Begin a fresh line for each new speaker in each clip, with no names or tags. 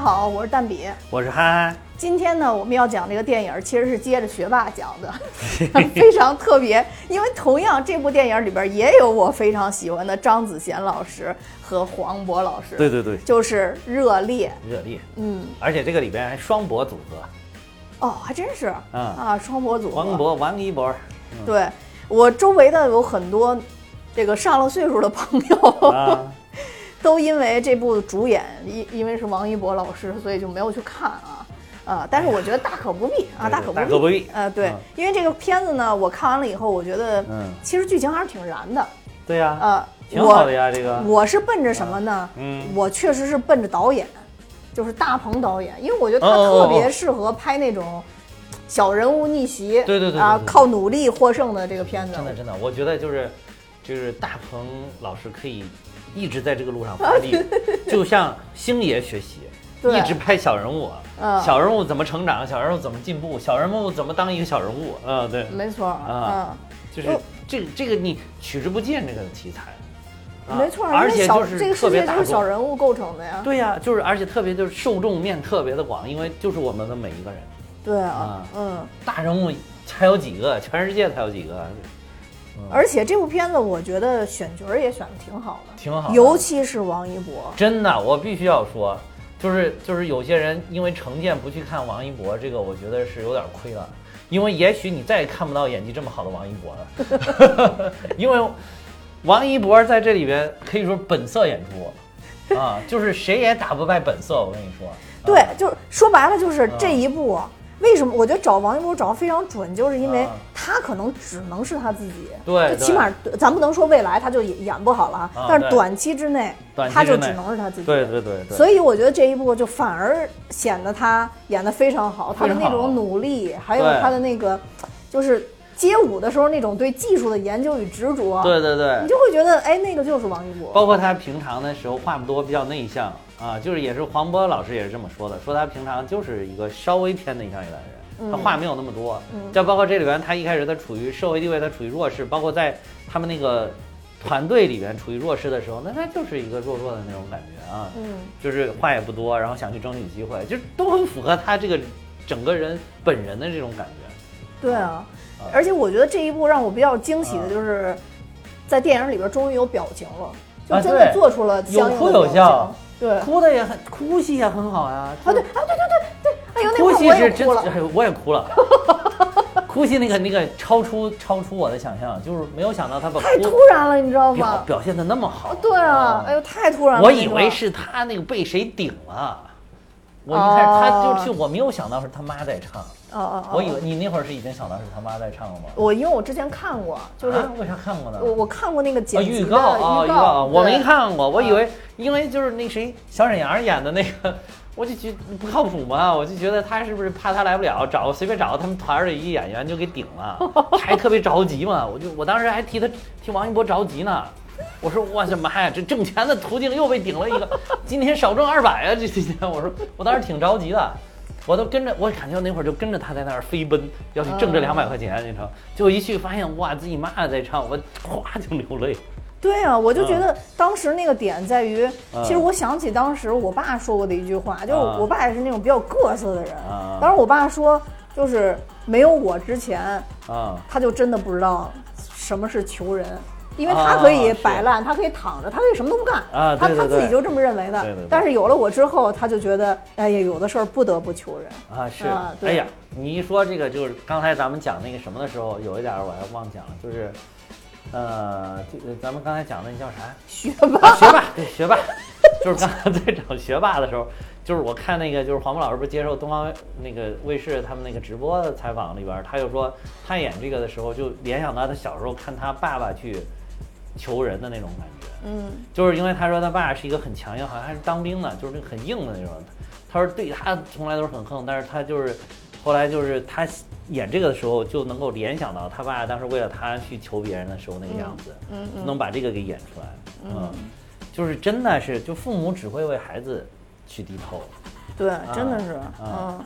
好，我是蛋比。
我是憨憨，
今天呢，我们要讲这个电影，其实是接着学霸讲的， 非常特别，因为同样这部电影里边也有我非常喜欢的张子贤老师和黄渤老师，
对对对，
就是《热烈》。
热烈，
嗯，
而且这个里边还双博组合，
哦，还真是
嗯
啊，双博组合。
王博、王一博，
对我周围的有很多这个上了岁数的朋友，
啊，
都因为这部主演因因为是王一博老师，所以就没有去看啊。呃，但是我觉得大可不必啊，
哎对对
大可不必。
大可不必
呃，对
嗯，
因为这个片子呢，我看完了以后，我觉得
嗯
其实剧情还是挺燃的。
对呀、
呃，
挺好的
我
呀，这个，
我是奔着什么呢？
嗯，
我确实是奔着导演，就是大鹏导演，因为我觉得他
哦哦哦
特别适合拍那种小人物逆袭，
对对对对
啊
对，对
靠努力获胜的这个片子
真。的真的，我觉得就是就是大鹏老师可以一直在这个路 上发力，就像星爷学习。
对
一直拍小人物，
嗯
小人物怎么成长，小人物怎么进步，小人物怎么当一个小人物，嗯，对，
没错儿，
啊就是
哦
这个这个你取之不尽这个题材，
嗯，
啊
没错儿，
而
因为
且
小
就是
这个世界
特别
就
大
是小
众
人物构成的呀。
对呀、就是而且特别就是受众面特别的广，因为就是我们的每一个人，
对啊
啊，
嗯，
大人物才有几个，全世界才有几个，
而且这部片子我觉得选角儿也选的挺好的，
挺好的。啊
尤其是王一博，
真的，我必须要说，就是就是有些人因为成见不去看王一博，这个我觉得是有点亏了，因为也许你再也看不到演技这么好的王一博 了， 因为王一博在这里边可以说本色演出，啊，就是谁也打不败本色，我跟你说，
对
啊，
就是说白了就是
嗯
这一部。为
啊
什么我觉得找王一博找的非常准，就是因为
嗯
他可能只能是他自己，
对
就
对
起码咱不能说未来他就演演不好了啊，
嗯
但是
对
短期之内
短期
他就
之内
只能是他自己，
对对对对，
所以我觉得这一部就反而显得他演得非常好，他
非
的
常
那种
好
努力，还有
对
他的那个就是街舞的时候那种对技术的研究与执着，
对对对，
你就会觉得哎，那个就是王一博。
包括他平常的时候话不多，比较内向啊，就是也是黄渤老师也是这么说的，说他平常就是一个稍微偏内向一点
嗯
的人，他话没有那么多。再、包括这里边，他一开始他处于社会地位，他处于弱势，包括在他们那个团队里边处于弱势的时候，那他就是一个弱弱的那种感觉啊，
嗯，
就是话也不多，然后想去争取机会，就都很符合他这个整个人本人的这种感觉。
对啊
啊，
而且我觉得这一部让我比较惊喜的就是，在电影里边终于有表情了，就
啊
真的
对
做出了相应
有哭
的表
有笑
情。对啊，
哭的也很，哭戏也很好呀、啊。
对啊，对对对对，哎呦，那
哭
会儿
戏
我也
是真
哭了。
哎呦，我也哭了。哭戏那个那个超出超出我的想象，就是没有想到他把
太突
哭
然了，你知道
表
吗？
表现的那么好。
对啊，哎呦，太突然了。
我
那
以
个
为是他那个被谁顶了，我一开始
哦
他就是我没有想到是他妈在唱，
哦哦哦，
我以为你那会儿是已经想到是他妈在唱了吗？
我因为我之前看过，就是
啊为啥看过呢？
我我看过那个
啊，
剪辑的
预告啊，
预
预告啊，我没
对。啊
看过，我以为因为就是那谁小沈阳演的那个，我就觉得不靠谱嘛， 我就觉得他是不是怕他来不了，找随便找个他们团儿里一演员就给顶了， 还特别着急嘛，我就我当时还替他替王一博着急呢。我说我的哎妈呀，这挣钱的途径又被顶了一个， 今天少挣二百啊！这 今天我说我当时挺着急的，我都跟着，我感觉那会儿就跟着他在那儿飞奔，要去
嗯
挣这两百块钱，你知道？结果一去发现哇，自己妈在唱，我哗就流泪。
对啊，我就觉得当时那个点在于，
嗯
其实我想起当时我爸说过的一句话，就是
啊
我爸也是那种比较各色的人。
啊
当时我爸说，就是没有我之前，
啊，
他就真的不知道什么是求人。因为他可以
啊是
摆烂，他可以躺着，他可以什么都不干，
啊
他
对
他
对
自己
对
就这么认为的。
对对对
但是有了我之后，他就觉得，哎呀，有的事儿不得不求人。
啊是
啊对
哎呀，你一说这个，就是刚才咱们讲那个什么的时候，有一点儿我还忘讲了，就是，呃，这个咱们刚才讲的那叫啥？
学霸，
啊学霸，对，学霸， 就是刚才在找学霸的时候，就是我看那个，就是黄渤老师不是接受东方那个卫视他们那个直播的采访里边儿，他就说他演这个的时候，就联想到他小时候看他爸爸去求人的那种感觉。
嗯，
就是因为他说他爸是一个很强硬，好像还是当兵的，就是那个很硬的那种。他说对他从来都是很横，但是他就是后来就是他演这个的时候就能够联想到他爸当时为了他去求别人的时候那个样子，
嗯
能把这个给演出来，嗯，就是真的是就父母只会为孩子去低头，
对，真的是，
啊
嗯，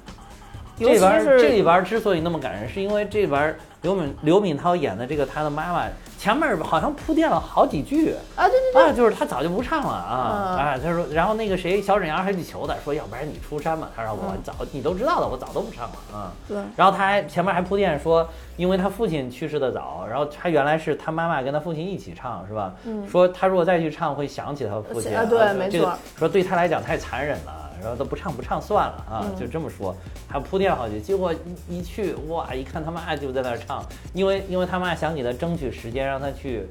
尤
这
其
边儿这
是
里边儿之所以那么感人，是因为这边儿刘敏刘敏涛演的这个他的妈妈，前面儿好像铺垫了好几句
啊，对对对，
啊，就是他早就不唱了啊、
嗯
啊，他说，然后那个谁小沈阳还去求他说，要不然你出山吧，他说我
嗯
早、你都知道的，我早都不唱了啊。
对
然后他还前面还铺垫说，因为他父亲去世的早，然后他原来是他妈妈跟他父亲一起唱，是吧？
嗯
说他如果再去唱，会想起他父亲。
啊对没
这个
错
说对他来讲太残忍了，然后他不唱不唱算了啊，
嗯
就这么说，还铺垫好几。结果一一去哇，一看他妈就在那儿唱，因为因为他妈想给他争取时间，让他去。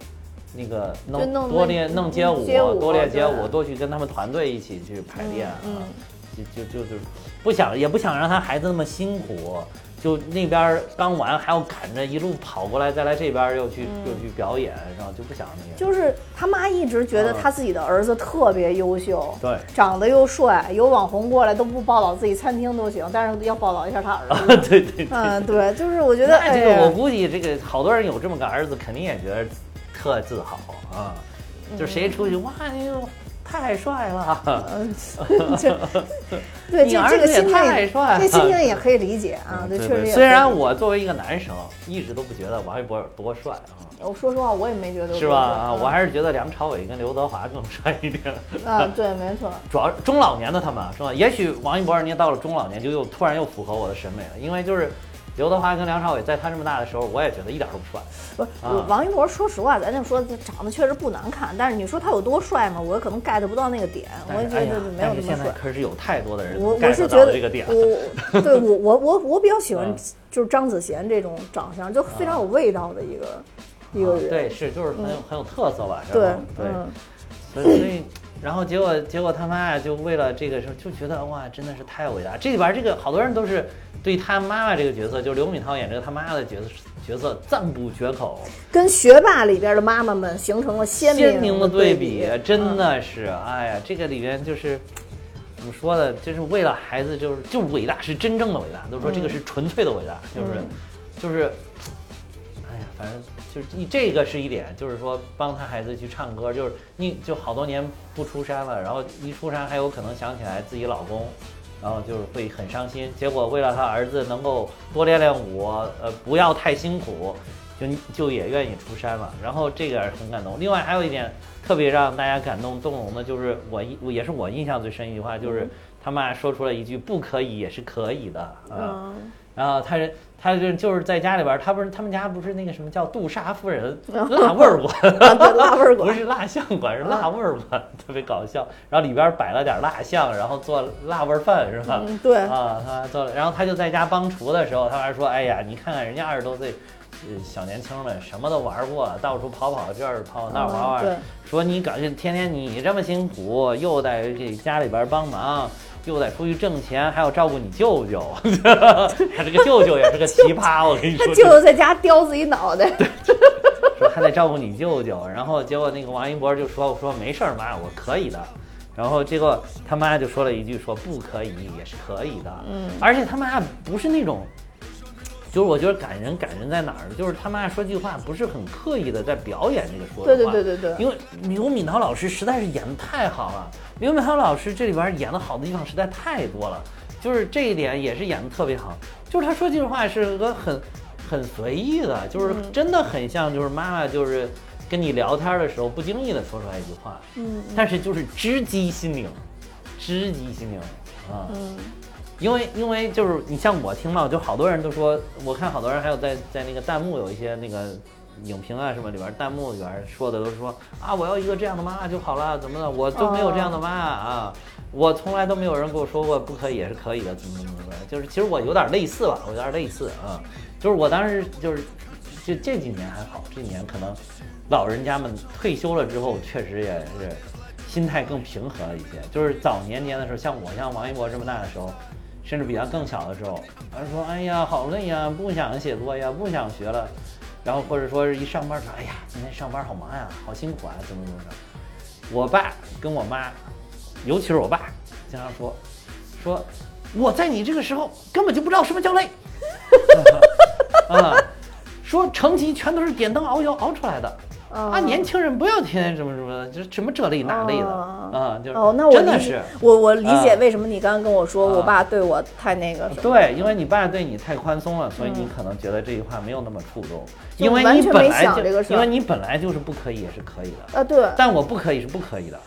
那个
就
弄
弄
多
那
练弄
嗯
街舞，啊
街舞
多练街
对
舞，多去跟他们团队一起去排练啊。
嗯
就就就就不想也不想让他孩子那么辛苦，就那边儿刚完还要赶着一路跑过来，再来这边儿又去、又去表演，然后就不想那个。
嗯就是他妈一直觉得
嗯
他自己的儿子特别优秀，
对
长得又帅，有网红过来都不报道自己餐厅都行，但是要报道一下他儿子。
对对啊对，
嗯，对，就是我觉得，
那
哎
这个我
呀，
估计这个好多人有这么个儿子，肯定也觉得特自豪啊，就是谁出去哇，哎呦太帅了，
嗯，这对
你
这
儿
这个
子也
心
太
情，
帅了嗯
这心情也可以理解 啊，
对
确
对
实也可以。
虽然我作为一个男生，一直都不觉得王一博有多帅啊，
我说实话，我也没觉得
是吧？啊，
嗯
我还是觉得梁朝伟跟刘德华更帅一点。
啊，对，没错，
主要是中老年的他们是吧？也许王一博人家到了中老年就又突然又符合我的审美了，因为就是刘德华跟梁朝伟在他这么大的时候，我也觉得一点都不帅。
不是、
啊
王一博，说实话，咱就说长得确实不难看，但是你说他有多帅嘛，我有可能 get 不到那个点，我
但
也
是
觉
哎
得没
呀
有那
但是
么
现在
帅。
可是有太多的人
我我
get
是
到
觉
了
得
这个点，
我对我我我我比较喜欢
嗯
就是张子贤这种长相，就非常有味道的一个一个
啊
人。
对，是就是很有、很有特色吧？
嗯对
然后，对，
嗯，
所以所以，然后结果结果他妈呀，就为了这个时候就觉得哇，真的是太伟大。这里边这个好多人都是对他妈妈这个角色，就刘敏涛演这个他妈的角色角色赞不绝口。
跟学霸里边的妈妈们形成了鲜明
鲜
嗯
明的
对
对比，真的是，哎呀，这个里边就是怎么说呢，就是为了孩子，就是就伟大是真正的伟大，都说这
嗯
个是纯粹的伟大，就是就是，哎呀，反正就是一这个是一点，就是说帮他孩子去唱歌，就是你就好多年不出山了，然后一出山还有可能想起来自己老公。然后就是会很伤心，结果为了他儿子能够多练练舞，呃，不要太辛苦，就就也愿意出山了。然后这个很感动。另外还有一点特别让大家感动动容的，就是我印我也是我印象最深一句话，就是他妈说出了一句“不可以也是可以的”啊。
嗯，
然后他是他就就是在家里边儿，他不是他们家不是那个什么叫杜莎夫人辣味儿馆，
嗯对辣味儿
不
馆，
是蜡像馆，是辣味儿馆， 特别搞笑。然后里边儿摆了点儿蜡像，然后做辣味儿饭是吧？
嗯，对，
啊，他做了，然后他就在家帮厨的时候，他还说：“哎呀，你看看人家二十多岁，呃小年轻们什么都玩过，到处跑跑这儿跑跑那儿
嗯
跑跑。
对
说你搞天天你这么辛苦，又得给家里边帮忙，又得出去挣钱，还要照顾你舅舅。 他这个舅舅也是个奇葩，我跟你
他
说，
舅舅在家叼自己脑袋，
说还得照顾你舅舅，然后结果那个王一博就说说没事儿妈，我可以的。然后结果他妈就说了一句说不可以也是可以的，嗯，而且他妈不是那种，就是我觉得感人感人在哪儿，就是他妈说句话不是很刻意的在表演这个说的
对
话，
对对对对
因为刘敏涛老师实在是演的太好了，刘敏涛老师这里边演的好的地方实在太多了，就是这一点也是演的特别好，就是他说句话是个很很随意的，就是
嗯
真的很像就是妈妈就是跟你聊天的时候不经意的说出来一句话，嗯，但是就是直击心灵，直击心灵啊，
嗯
因为因为就是你像我听到，就好多人都说，我看好多人还有在在那个弹幕有一些那个影评啊什么里边，弹幕里边说的都是说啊，我要一个这样的妈就好了，怎么的，我就没有这样的妈啊，我从来都没有人跟我说过不可以也是可以的，怎么怎么怎么的，就是其实我有点类似吧，我有点类似啊，就是我当时就是这这几年还好，这几年可能老人家们退休了之后，确实也是心态更平和了一些。就是早年间的时候，像我像王一博这么大的时候，甚至比他更小的时候，他说：“哎呀，好累呀，不想写作呀，不想学了。”然后或者说是一上班说：“哎呀，今天上班好忙呀，好辛苦啊，怎么怎么着。”我爸跟我妈，尤其是我爸，经常说说我在你这个时候根本就不知道什么叫累。 啊，说成绩全都是点灯熬油熬出来的。啊，年轻人不要天天什么什么，就是什么这类那类的啊，就是
哦，那我
真
理
的
解
是。
我我理解
啊
为什么你刚刚跟我说我
啊
爸对我太那个什么，
对，因为你爸对你太宽松了，所以你可能觉得这句话没有那么触动，因为
嗯完
你
全
本
没
来
想
就
这个事
因
儿
为你本来就是不可以也是可以的，
啊对，
但我不可以是不可以的，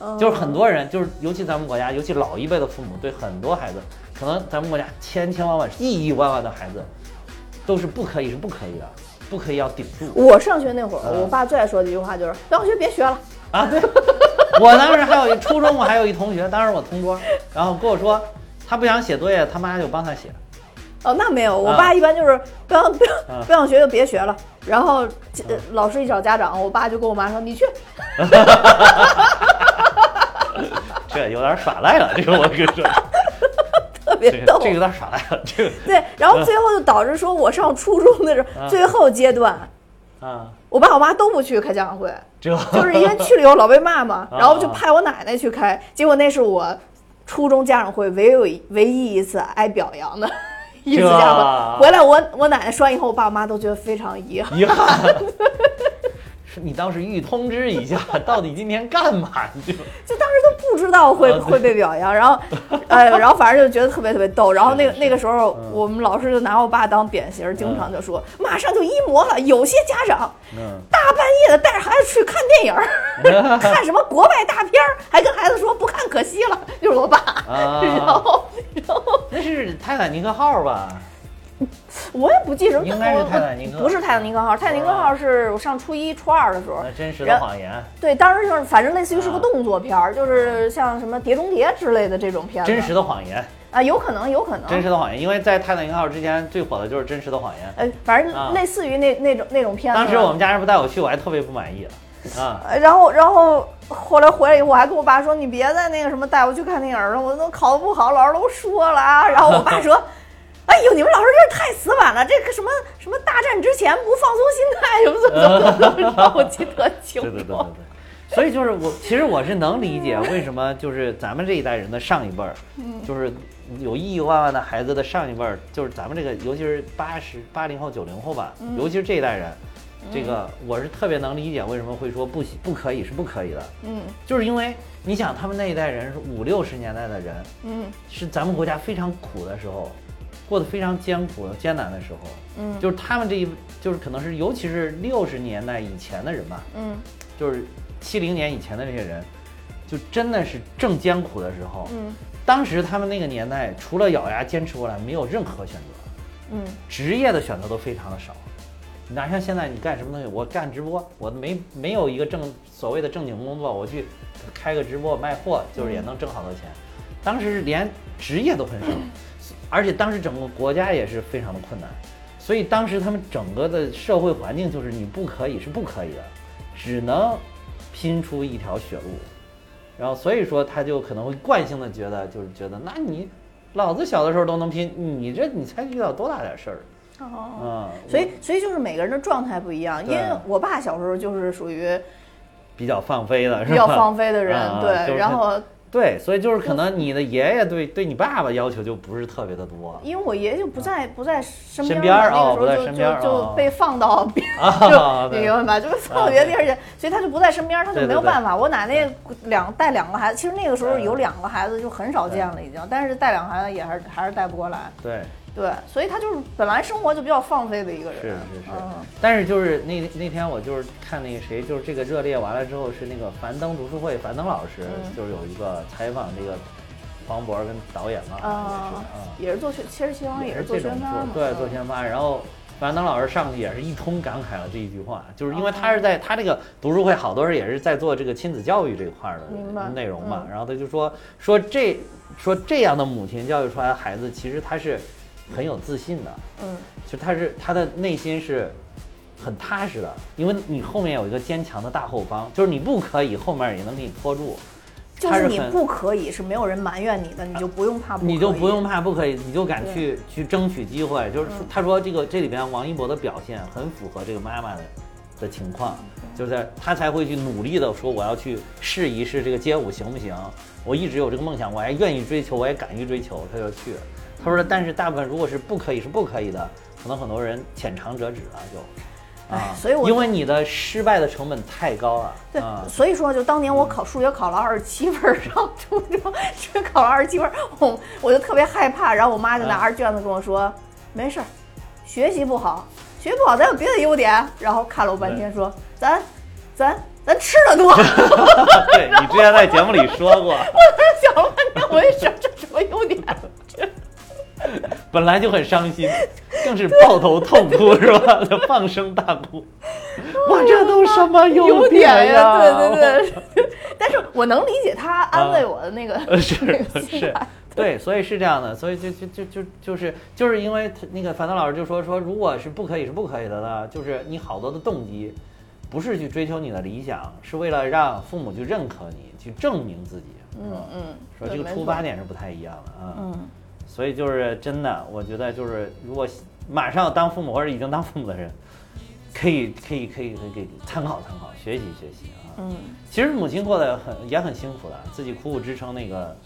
嗯
就是很多人就是尤其咱们国家，尤其老一辈的父母对很多孩子，可能咱们国家千千万万亿亿万万的孩子，都是不可以是不可以的，不可以要顶住
我上学那会儿，
嗯
我爸最爱说的一句话就是“小学别学了
啊！ 对，我当时还有一初中，我还有一同学，当时我同桌，然后跟我说他不想写作业，他妈就帮他写。”。
哦，那没有，我
啊
爸一般就是不想不
啊
想不想学就别学了。然后呃老师一找家长，我爸就跟我妈说：“你去。
这有点耍赖了，这个我跟你说，”
特别
这 个
逗。
这个有点耍赖了， 这个
对，然后最后就导致说我上初中的时候，
啊
最后阶段，
啊，
我爸我妈都不去开家长会，
这
就是因为去了以后老被骂嘛，
啊
然后就派我奶奶去开，结果那是我初中家长会唯有一唯一一次挨表扬的 一次
这
家长会。回来我我奶奶说完以后，我爸我妈都觉得非常遗憾。
遗憾。是 你当时预通知一下，到底今天干嘛？你就
就当时都不知道会
啊对
会被表扬，然后，哎，然后反正就觉得特别特别逗。然后那个
是是
那个时候
嗯，
我们老师就拿我爸当典型，经常就说马上就一模了。有些家长
嗯，
大半夜的带着孩子去看电影 儿，看什么国外大片儿，还跟孩子说不看可惜了，就是我爸。
啊
然后，然后
那是泰坦尼克号吧？
我也不记什么，
应该是
我
泰坦尼克啊
不是泰坦尼克号，泰坦尼克号是我上初一初二的时候
那，真实
然
的谎言，
对，当时就是反正类似于是个
哎啊
动作片儿，就是像什么《碟中谍》之类的这种片子。
真实的谎言，
啊，有可能，有可能。
真实的谎言。因为在泰坦尼克号之前最火的就是真实的谎言。
呃，反
啊
正类似于那、那种那种片子。
当时我们家人不带我去，我还特别不满意 啊。
呃，然后然后后来回来以后，我还跟我爸说，你别再那个什么带我去看电影了，我都考得不好，老师都说了啊。然后我爸 说。哎呦，你们老师真是太死板了！这个什么什么大战之前不放松心态，什么怎么怎么怎么着，我记得清
对
楚。
对对对对。所以就是我，其实我是能理解为什么就是咱们这一代人的上一辈儿，就是有亿亿万万的孩子的上一辈儿，就是咱们这个，尤其是八十八零后、九零后吧，尤其是这一代人，这个我是特别能理解为什么会说不行不可以是不可以的，
嗯
就是因为你想他们那一代人是五六十年代的人，
嗯
是咱们国家非常苦的时候，过得非常艰苦艰难的时候，
嗯
就是他们这一就是可能是尤其是六十年代以前的人吧，
嗯
就是七零年以前的这些人，就真的是正艰苦的时候，
嗯
当时他们那个年代除了咬牙坚持过来，没有任何选择，
嗯
职业的选择都非常的少。哪像现在你干什么东西？我干直播，我没没有一个正所谓的正经工作，我去开个直播卖货，就是也能挣好多钱。当时连职业都很少，而且当时整个国家也是非常的困难，所以当时他们整个的社会环境就是你不可以是不可以的，只能拼出一条血路。然后所以说他就可能会惯性的觉得，就是觉得那你老子小的时候都能拼，你这你才遇到多大点事儿？
哦。
嗯，
所以所以就是每个人的状态不一样，因
对
为我爸小时候就是属于
比较放飞 的
嗯
是吧？
比较放飞的人，
啊就是
对，
他
然后
对，所以就是可能你的爷爷对对你爸爸要求就不是特别的多啊
因为我爷爷就不在不在身
身
边
边
儿
儿
嘛，
哦不
那
在
个时候
身
就
边
就
儿
就
哦
被放到别，
啊。
你
对
明白吧？ 就是放到别的地儿去，所以他就不在身边儿，他就
对对
没有
对
办法。我奶奶两带两个孩子，其实那个时候
对
有两个孩子就很少见了已经，但是带两个孩子也还是还是带不过来，
对，
对，所以他就是本来生活就比较放飞的一个人，
是是是
嗯，
但是就是那那天我就是看那个谁，就是这个热烈完了之后是那个樊登读书会，樊登老师
嗯
就是有一个采访这个黄渤跟导演嘛，好像
啊，也是做宣，其实其实好像也是做
这种
宣发嘛，
对，做
嗯
宣发。然后樊登老师上去也是一通感慨了这一句话，就是因为
哦
他是在他这个读书会好多人也是在做这个亲子教育这块儿
明白
的内容嘛
嗯，
然后他就说说这说这样的母亲教育出来的孩子，其实他是很有自信的，
嗯
其实他是他的内心是。很踏实的，因为你后面有一个坚强的大后方，就是你不可以，后面也能给你拖住。
就
他
是
是
你
很
不可以，是没有人埋怨你的，你就不用怕不可以，
你就不用怕不可以，你就敢
对
去去争取机会。就是说
嗯
他说这个这里边王一博的表现很符合这个妈妈的的情况，
嗯
就是他才会去努力的说我要去试一试这个街舞行不行？我一直有这个梦想，我还愿意追求，我也敢于追求，他就去。
嗯
他说，但是大部分如果是不可以是不可以的，可能很多人浅尝辄止了就。啊
哎，所以我
因为你的失败的成本太高了，
对
啊，
所以说就当年我考数学考了二十七分儿，然后初中只考了二十七分儿，我我就特别害怕，然后我妈就拿着卷子跟我说，没事儿，学习不好，学习不好咱有别的优点，然后看了我半天说，咱咱咱吃的多，我
对你之前在节目里说过，
想了半天我也想这什么优点，
本来就很伤心， 更是抱头痛哭是吧？ 放声大哭，我这都什么优
哦点
呀？
对对对，但是我能理解她安慰我的那个，
呃， 是
个心
是
态，
对，所以是这样的，所以就就就就就是就是因为他那个樊登老师就说说，如果是不可以是不可以的呢，就是你好多的动机，不是去追求你的理想，是为了让父母去认可你，去证明自己，是吧
嗯嗯，
说
对
这个
没
出
错
发点是不太一样的啊，
嗯，
所以就是真的，我觉得就是如果马上要当父母或者已经当父母的人，可以可以可以可以可以参考参考，学习学习啊，
嗯，
其实母亲过得很也很辛苦的，自己苦苦支撑那个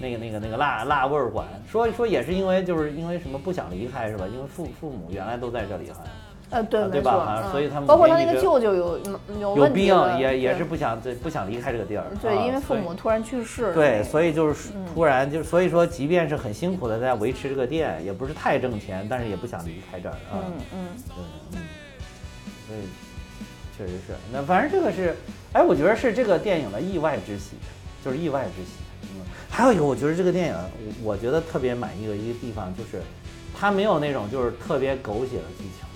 那个那个那个辣辣味儿馆，说说也是因为就是因为什么不想离开是吧？因为父父母原来都在这里，好像
呃对
啊对
没
吧
错
好，像所以他们
包括
也
她
一
那个
直
舅舅有有
有
问题的
病也也是
对
不想这不想离开这个地儿。
对，
啊
因为父
所以
母突然去世。
对，所以就是突然就所以说，即便是很辛苦的在维持这个店，也不是太挣钱，但是也不想离开这儿啊。
嗯嗯，
对，嗯，所以确实是。那反正这个是，哎，我觉得是这个电影的意外之喜，就是意外之喜。嗯，还有一个，我觉得这个电影，我我觉得特别满意的一个地方就是，它没有那种就是特别狗血的技巧，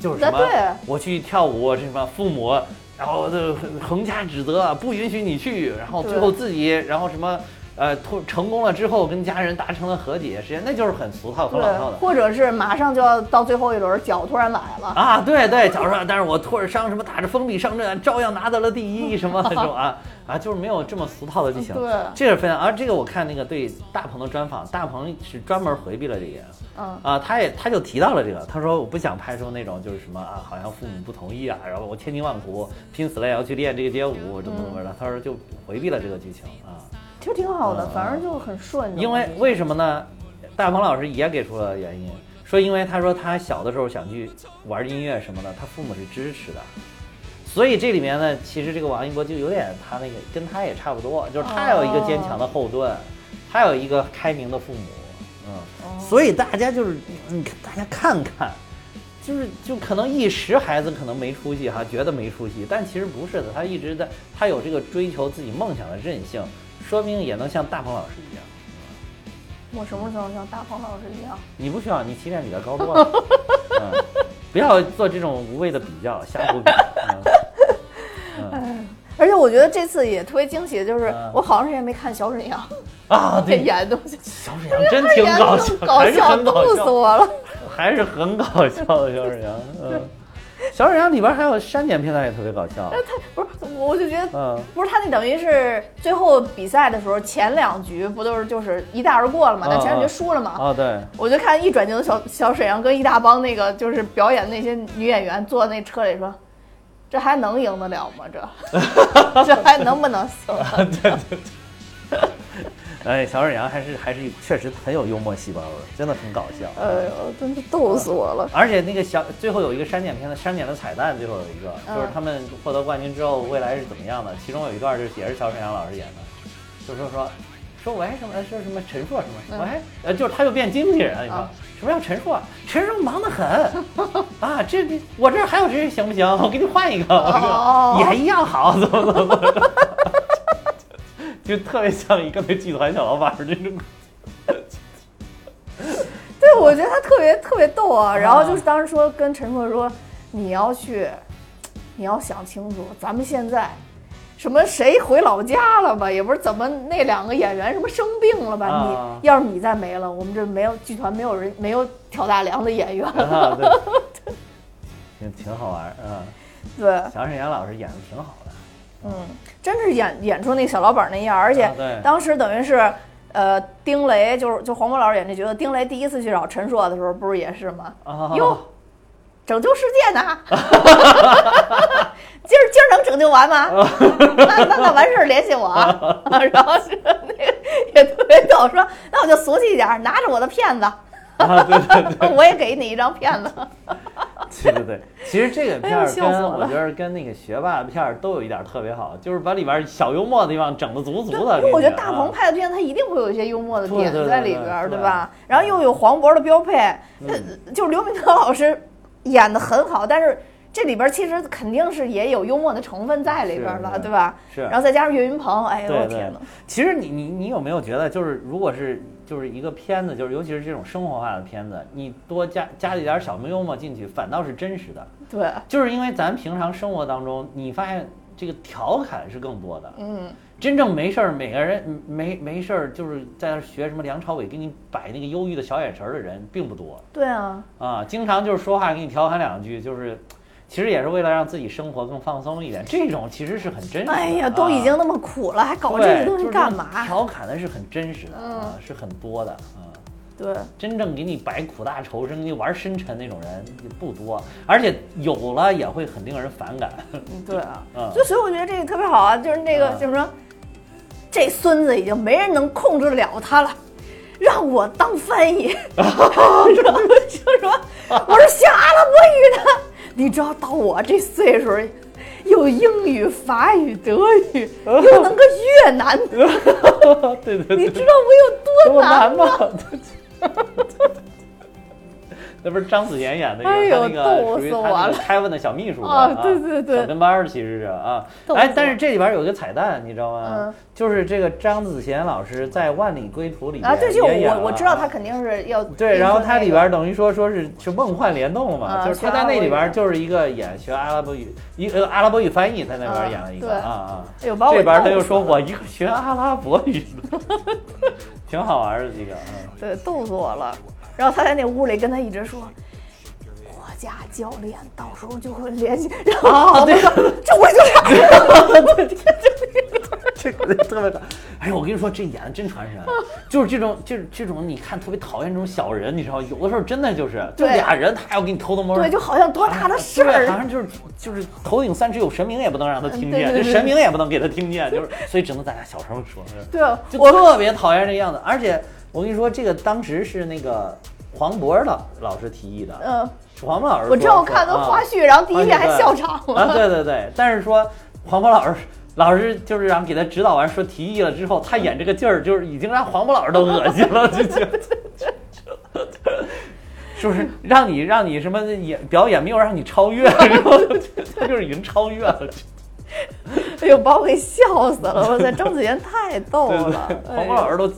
就是什么
啊对
我去跳舞，我是什么父母。然后就横加指责，啊不允许你去，然后最后自己，然后什么，呃，突成功了之后跟家人达成了和解，实际上那就是很俗套、很老套的
对，。或者是马上就要到最后一轮，脚突然崴了，
啊，对对，假如说，但是我托着伤什么打着封闭上阵，照样拿到了第一什么这种啊啊，就是没有这么俗套的剧情。
对
这是非常。而这个我看那个对大鹏的专访，大鹏是专门回避了这个。
嗯，
啊，他也他就提到了这个，他说我不想拍出那种就是什么啊，好像父母不同意啊，然后我千辛万苦拼死了也要去练这个街舞，怎么怎么着，他说就回避了这个剧情啊。
其实挺好的
嗯，
反正就很顺。
因为为什么呢？大鹏老师也给出了原因，说因为他说他小的时候想去玩音乐什么的，他父母是支持的。所以这里面呢，其实这个王一博就有点他那个跟他也差不多，就是他有一个坚强的后盾，他有一个开明的父母，
哦
嗯，所以大家就是你看大家看看，就是就可能一时孩子可能没出息哈，觉得没出息，但其实不是的，他一直在他有这个追求自己梦想的韧性，说明也能像大鹏老师一样。
我什么时候像大鹏老师一样？
你不需要，你起点比他高 多了。嗯，不要做这种无谓的比较，瞎 胡比。嗯嗯
而且我觉得这次也特别惊喜，就是
嗯
我好长时间没看小沈阳
啊，对，
演的东西，
小沈阳真 挺搞笑，
搞
还是
笑，
很搞
冻死
笑，
我了。
还是很搞笑的小沈阳。嗯， 小沈阳里边还有删减片段也特别搞笑。
不是，我我就觉得。
嗯，
不是他那等于是最后比赛的时候，前两局不都是就是一带而过了嘛？但前两
嗯
局
嗯
输了嘛？
哦对，
我就看一转镜，小小沈阳跟一大帮那个就是表演那些女演员坐那车里说，这还能赢得了吗？这这 还能不能行？
哎，小沈阳还是还是确实很有幽默细胞的，真的很搞笑。
哎呦，真是逗死我了！
而且那个小最后有一个删减片的删减的彩蛋，最后有一个
嗯
就是他们获得冠军之后未来是怎么样的，其中有一段就是也是小沈阳老师演的，就说说说喂什么说什么陈硕什
嗯
么喂，呃就是他又变经纪人了，你说
啊
什么叫陈硕？陈硕忙得很 啊，这这我这儿还有谁行不行？我给你换一个，
哦
我说也一样好，怎么怎么 着，就特别像一个那剧团小老板儿 那种。
对，我觉得他特别特别逗啊。然后就是当时说跟陈硕说，你要去，你要想清楚，咱们现在。什么谁回老家了吧？也不是怎么那两个演员什么生病了吧？
啊
你要是你再没了，我们这没有剧团没有人没有挑大梁的演 员了。
啊，对，挺挺好玩儿，嗯。
对，
小沈阳老师演的挺好的，
嗯，真是演演出那个小老板那样，而且
啊对
当时等于是，呃，丁雷就是就黄渤老师演这角色，丁雷第一次去找陈硕的时候，不是也是吗？
哦
哟，拯救世界呢，今 儿今儿能拯救完吗？
哦
那那那完事儿联系我 啊， 然后是那个也特别逗，说那我就 俗气一点儿，拿着我的片子，
啊，对对对，
我也给你一张片子，
对对对，其实这个片
哎
儿
呦笑
跟
死我
我
了
觉得跟那个学霸的片儿都有一点儿特别好，就是把里边儿小幽默的地方整得足足
对，
的。
因为我觉得
给
大
你啊
鹏拍的片，他一定会有一些幽默的
对
点
对对
在里
对
边儿，
对嗯
对吧？然后又有黄渤的标配，呃就是刘敏涛老师演的很好，但是这里边儿其实肯定是也有幽默的成分在里边儿
是
了，
是
对吧？
是
然后再加上岳云鹏，哎呦
对
我
对
天呐，
其实你你你有没有觉得，就是如果是就是一个片子，就是尤其是这种生活化的片子，你多加加一点小幽默进去，反倒是真实的。
对，
就是因为咱平常生活当中，你发现这个调侃是更多的。
嗯，
真正没事儿，每个人没没事儿，就是在那儿学什么梁朝伟给你摆那个忧郁的小眼神儿的人并不多
对啊，
啊。经常就是说话给你调侃两句，就是其实也是为了让自己生活更放松一点。这种其实是很真实的。
哎呀，都已
啊
经那么苦了，还搞这
对
些东
就
西
是
干
这种
嘛？
调侃的是很真实的，啊，是很多的，啊。
对，
真正给你摆苦大仇深、给你玩深沉那种人也不多，而且有了也会很令人反感。
嗯对啊，
嗯
就所以我觉得这个特别好啊，就是那个
嗯
怎么说，这孙子已经没人能控制了他了。让我当翻译， 是吧？说什么？我是学阿拉伯语的，你知道到我这岁数，有英语、法语、德语，又能个越南，
对对
你
对，
知道我有多
多
难
难吗？ 那不是张子妍演的一个，
哎呦
她那个
逗
属于
死
她
我
那个
了
开问的小秘书嘛
啊对对对
小跟班儿其实是啊
逗，死
哎
我，
但是这里边有一个彩蛋，你知道吗
嗯？
就是这个张子贤老师在《万里归途》里
啊？
面
对，这个
也演了
我我知道
啊
他肯定是要
对，然后它里
那个
边儿等于说说是是梦幻联动了嘛，
啊
就是
学
他在
阿拉
那
伯
里边儿
语
就是一个演学阿拉伯语一呃阿拉伯语翻译，在那边儿
啊
演了一个
对
啊啊，
哎呦把我
这边儿他
逗
又
死
说
了
我一个学阿拉伯语的， 挺好玩儿的这个，嗯
对，逗死我了。然后他在那屋里跟他一直说，国家教练到时候就会联系。然后
啊
我
对
说这我就是，对
这个特别搞，哎呦我跟你说这演的真传神，就是这种就是这种你看特别讨厌这种小人，你知道有的时候真的就是就
对
俩人他要给你偷偷摸摸，
对，就好像多大的事
对啊好
儿。嗯
像就是就是头顶三尺有神明也不能让他听见，
对对对
这神明也不能给他听见，就是所以只能咱俩小声说。是
对，
就
我
特别讨厌这样子。而且我跟你说，这个当时是那个黄渤老老师提议的，
嗯，
是黄渤老师说。
我知道我看
说
的
啊
花絮，然后第一遍还
花絮
笑 场
啊，
了。
对对对，但是说黄渤老师。老师就是让给他指导完，说提议了之后，他演这个劲儿，就是已经让黄渤老师都恶心了，就觉得， 是不是让你让你什么演表演没有让你超越，然后他就是已经超越了，
哎呦，把我给笑死了！我操，张子妍太逗
对对
了。
对，
哎
黄
呦
渤老师都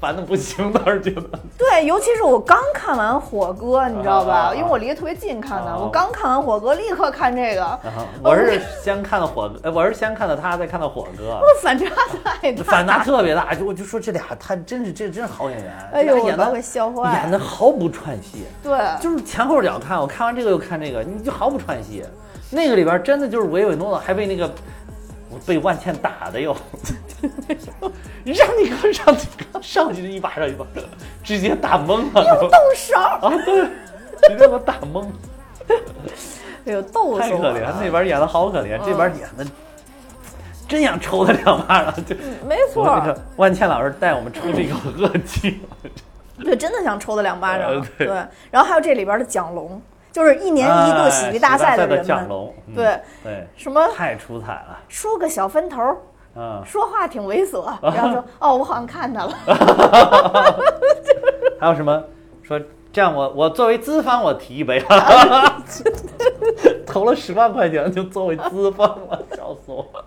烦的不行，当时觉得，
对，尤其是我刚看完《火哥》，你知道
啊啊啊
吧？因为我离得特别近看的，
啊
我刚看完《火哥》，立刻看这个，
啊我是先看的火哥，呃我是先看的他，再看的火哥，
反差太大。
反差特别大。就我就说这俩，他真是这真是好演员，
哎呦
这俩演
我把
的
我给笑坏
演的啊毫不串戏，
对，
就是前后脚看。我看完这个又看这个，你就毫不串戏。那个里边真的就是唯唯诺诺，还被那个我被万茜打的哟， 让你哥上去上去一巴掌一巴掌，直接打懵了都
动手，
啊，对，直接给我打懵。
哎呦，逗
太
死
可
我
怜，
了！嗯
那边演的好可怜，这边演的真想抽他两巴掌。就
没
我
嗯错
那
儿，
个万茜老师带我们出这个恶气，
对，真的想抽他两巴掌
呃。对
然后还有这里边的蒋龙，就是一年一
哎
度喜剧大赛
的
人
蒋
们，
龙，嗯
对
对，
什么
太出彩了，
梳个小分头儿，
嗯，
说话挺猥 琐，然后说哦，我好像看他了，
还有什么说这样我我作为资方我提一杯， 投了十万块钱就作为资方了，笑死我 了，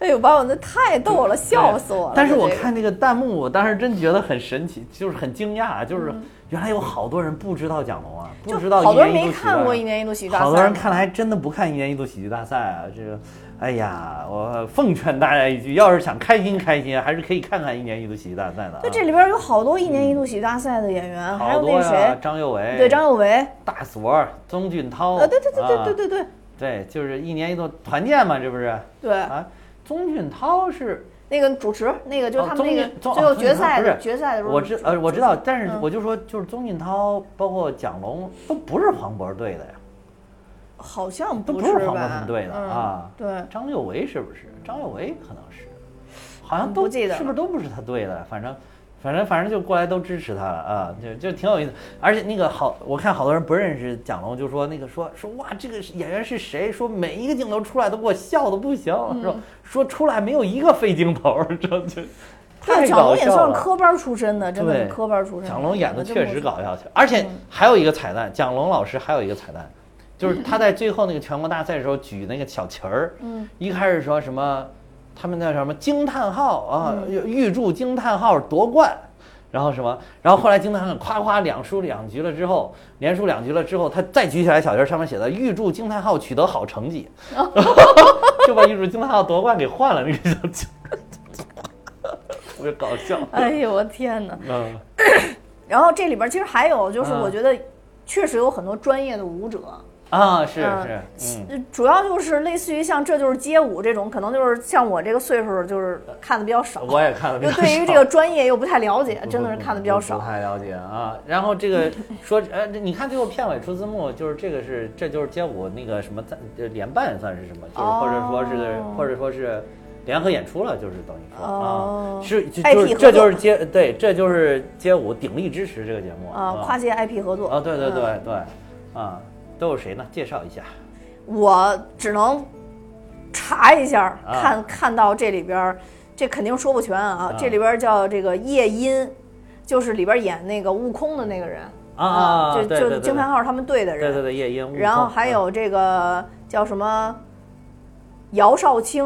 哎呦，把我那太逗了，笑死我了。
但是我
这个
看那个弹幕，我当时真觉得很神奇，就是很惊讶，啊就是原来有好多人不知道蒋龙啊，不知道
嗯就好多
一
人
年一
没
度喜剧
看
大
过
赛啊
一年一度喜剧大赛，
好多人看来真的不看一年一度喜剧大赛啊！这个，哎呀，我奉劝大家一句，要是想开心开心，还是可以看看一年一度喜剧大赛的、啊。嗯
对，这里边有好多一年一度喜剧大赛的演员，还
好
有
多
那
呀，
谁，
张佑维，
对，张佑维，
大锁儿、宗俊涛，
呃，对对对对对
啊
对对
对，就是一年一度团建嘛，这不是
对，
啊？宗俊涛是
那个主持，那个就是
哦
他们
宗
那
俊
个
宗
最后
哦宗
决
俊涛
赛
不
的
是
决赛的时候，
我知呃我知道，但是
嗯
我就说就是宗俊涛，包括蒋龙都不是黄渤队的呀，
好像
都
不
是
吧？
黄渤他们队的
嗯
啊
对，
张六维是不是？张六维可能是，好像
嗯
都
不记得了
是不是都不是他对的？反正反正反正就过来都支持他了啊，就就挺有意思。而且那个好，我看好多人不认识蒋龙，就说那个说说哇，这个是演员是谁？说每一个镜头出来都给我笑的不行，说
嗯
说出来没有一个非镜头， 这就太
对，蒋
搞
龙也
笑
算是
了。
科班出身的，真的是
对
科班出身的。
蒋龙演的
真
确
不
实
错
搞笑，而且还有一个彩蛋，蒋龙老师还有一个彩蛋，就是他在最后那个全国大赛的时候举那个小旗儿，
嗯，
一开始说什么，他们那叫什么惊叹号啊，
嗯
预祝惊叹号夺冠，然后什么，然后后来惊叹号夸夸两输两局了之后，连输两局了之后，他再举起来小旗儿，上面写的预祝惊叹号取得好 成绩，就把预祝惊叹号夺冠给换了那个小旗儿， 特别搞笑，
哎呦我天哪！
嗯。
然后这里边其实还有就是，
嗯
我觉得确实有很多专业的舞者，
啊，是
嗯
是，嗯，
呃主要就是类似于像这就是街舞这种，可能就是像我这个岁数就是看的比较少，
我也看了比
就
较少，
对于这个专业又不太了解，
不
真的是看的比较少
不。太了解啊。然后 这个说，呃，你看最后片尾出字幕，就是这个是这就是街舞那个什么赞呃联办算是什么，就是
哦
或者说是或者说是联合演出了，就是等于说
哦
啊，是就
IP
就是
合作
这就是街对，这就是街舞鼎力支持这个节目
啊，跨界 IP 合作
啊，对对
嗯
对对，啊，都有谁呢？介绍一下
我只能查一下，
啊
看看到这里边儿，这肯定说不全啊。
啊
这里边儿叫这个夜音，就是里边儿演那个悟空的那个人
啊啊，
就
对对
就是
对
惊叹号他们队的
对对
人。
对夜莺，悟
然后
空嗯
还有这个叫什么姚少卿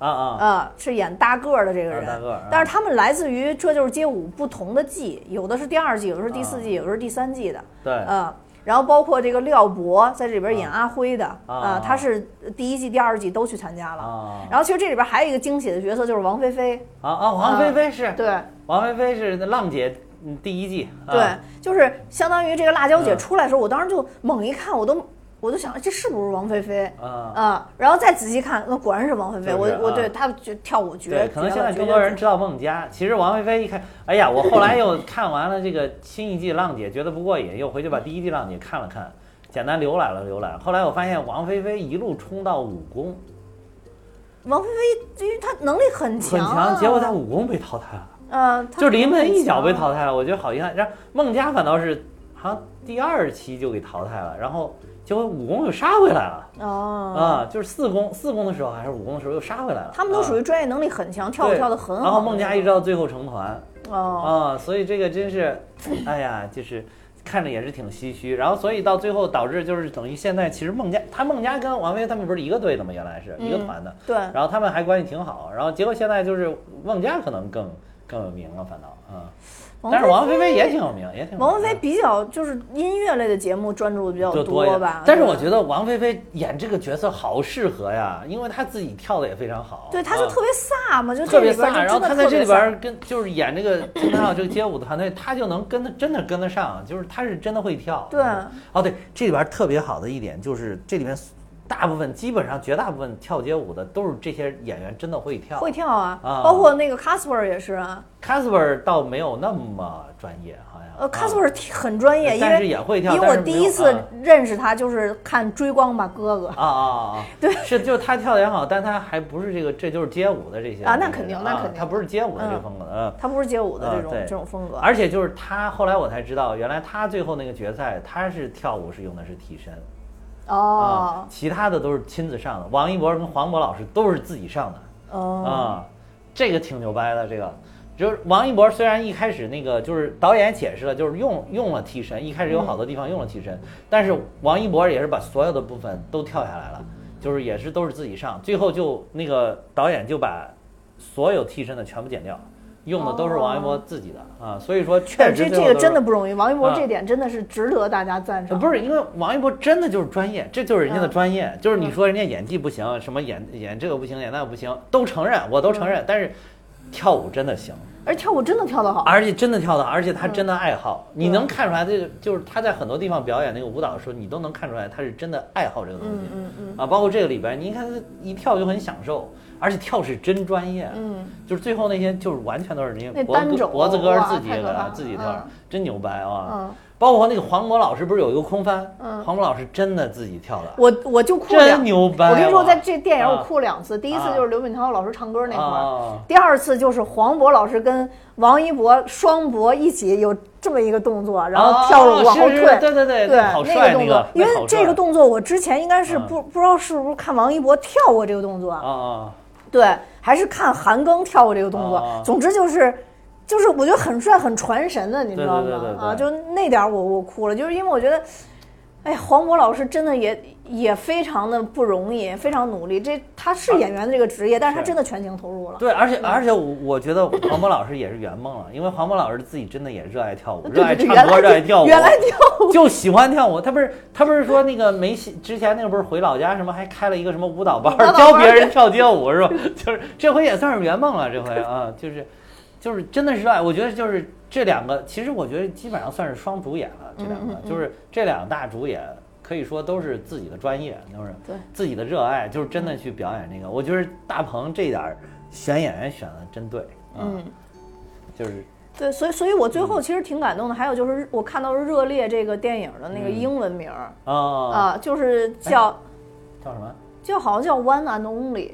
啊啊
啊，是演大个儿的这个人
啊大个儿啊。
但是他们来自于《这就是街舞》不同的季，有的是第二季，有的是第四季，有的是第三季的。
啊对
嗯，然后包括这个廖博在这里边演阿辉的，
啊
啊，他是第一季、第二季都去参加了。
啊
然后其实这里边还有一个惊喜的角色就是王菲菲，
啊啊，王菲菲是
对
王菲菲是《浪姐》嗯第一季，啊
对，就是相当于这个辣椒姐
嗯
出来的时候，我当时就猛一看，我都我都想哎这是不是王菲菲？
啊，
啊，然后再仔细看，那果然是王菲菲。
是不
我
是
我
啊
对她就跳舞绝
对，
绝
可能现
了
在
绝
更
了
多
绝
人知道孟佳。其实王菲菲一看，哎呀，我后来又看完了这个新一季《浪姐》，觉得不过瘾，又回去把第一季《浪姐》看了看，简单浏览了浏览。后来我发现王菲菲一路冲到武功
王菲菲，因为她能力很
很
强啊，
强，结果在武功被淘汰了，
嗯，她
就是临
能力
门
很
一脚被
强啊
淘汰了，我觉得好遗憾。然后孟佳反倒是好像第二期就给淘汰了，然后结果武功又杀回来了。
哦
啊，就是四公四公的时候还是五公的时候又杀回来了。
他们都
啊
属于专业能力很强，跳舞
对
跳得很好。
然后孟佳一直到最后成团
哦，
啊，所以这个真是，哎呀，就是看着也是挺唏嘘。然后所以到最后导致就是等于现在其实孟佳她孟佳跟王菲他们不是一个队的吗？原来是一个
嗯
团的，
对，
然后他们还关系挺好。然后结果现在就是孟佳可能更更有名了，反倒啊，但是王菲菲也挺有名，也挺有名
王菲菲比较就是音乐类的节目专注的比较
就一点
吧。嗯
但是我
得，
觉得王菲菲演这个角色好适合呀，因为她自己跳的也非常好。
对，她就
啊
特别飒嘛，就这
特别
里边
飒，
儿
然
就
后
真的
他在
特
这
别
里边
飒
儿跟就是演这个惊叹号这个街舞的团队，他就能跟得真的跟得上，就是他是真的会跳。
对
哦对，这里边儿特别好的一点就是这里面大部分基本上绝大部分跳街舞的都是这些演员真的会跳。
会跳啊，
啊
包括那个 Casper 也是啊，
Casper 倒没有那么专业，好像。
呃
啊呃
，Casper 挺很专业，因
但是
为
也会
因
跳。
为
但
我
是
第
没有
一次
啊
认识他就是看《追光吧哥哥》
啊啊啊 啊！对，是就是他跳的也好，但他还不是这个，这就是街舞的这些
啊那
东西
肯定
啊
那肯定
他不是街舞的这个
嗯
风格，嗯。
他不是街舞的
啊
这种
对
这种风格，
而且就是他，后来我才知道，原来他最后那个决赛，他是跳舞是用的是替身
哦
啊，其他的都是亲自上的。王一博跟黄渤老师都是自己上的
哦，
啊，这个挺牛掰的。这个就是王一博，虽然一开始那个就是导演解释了，就是用用了替身，一开始有好多地方用了替
嗯
身，但是王一博也是把所有的部分都跳下来了，就是也是都是自己上，最后就那个导演就把所有替身的全部剪掉。用的都是王一博自己的、啊，所以说确
但
实
这
最
这
后
个
都是
真的不容易，王一博
啊
这点真的是值得大家赞
呃
赏。
不是，因为王一博真的就是专业，这就是人家的
啊嗯
专业。就是你说人家演技不行，什么演演这个不行，演那个不行，都承认，我都承
嗯
认。但是跳舞真的行，
而跳舞真的跳得好，
而且真的跳的，而且他
嗯
真的爱好，你能看出来，这个就是他在很多地方表演那个舞蹈的时候，你都能看出来他是真的爱好这个东西。
嗯嗯
啊，包括这个里边，你一看他一跳就很享受，而且跳是真专业。
嗯，
就是最后那些就是完全都是那些
那
脖
单
子
肘
脖子哥儿
哇
自己
太可怕了
自己跳
嗯，
真牛掰啊！
嗯，
包括那个黄渤老师，不是有一个空翻？
嗯
黄渤老师真的自己跳的，
我我就哭两
真，牛掰！
我跟你说，
哇
在这电影我
啊
哭两次，第一次
啊
就是刘敏涛老师唱歌那会儿，
啊
第二次就是黄渤老师跟王一博双博一起有这么一个动作，然后跳着舞往后
哦是是
退。
对对对，
对，
好
那
帅
个动
个
作，，因为
那好帅嗯
这个动作我之前应该是不不知道是不是看王一博跳过这个动作，
啊啊，
对，还是看韩庚跳过这个动作
啊。
总之就是，就是我觉得很帅、很传神的，你知道
对对对
吗
对？对
啊，就那点儿我我哭了，就是因为我觉得，哎，黄渤老师真的也也非常的不容易，非常努力。这他是演员的这个职业，但是他
啊是
真的全情投入了。
对，而且而且我我觉得黄渤老师也是圆梦了，因为黄渤老师自己真的也热爱跳舞，热爱唱
原来
歌，热爱跳舞，
原来跳舞
就喜欢跳舞。他不是他不是说那个梅西之前那个不是回老家什么还开了一个什么舞蹈班
舞蹈
儿，
班
教别人跳街舞是吧？ 就是这回也算是圆梦了，这回啊，就是就是真的是热爱。我觉得就是这两个，其实我觉得基本上算是双主演了，这
嗯
两个就是这两大主演。可以说都是自己的专业，就是
对
自己的热爱，就是真的去表演这个。我觉得大鹏这点儿选演员选的真对，啊、
嗯，
就是
对，所以所以我
嗯
最后其实挺感动的。还有就是我看到《热烈》这个电影的那个
嗯
英文名儿
啊哎
啊，就是叫
叫什么？
就好像叫 One and Only，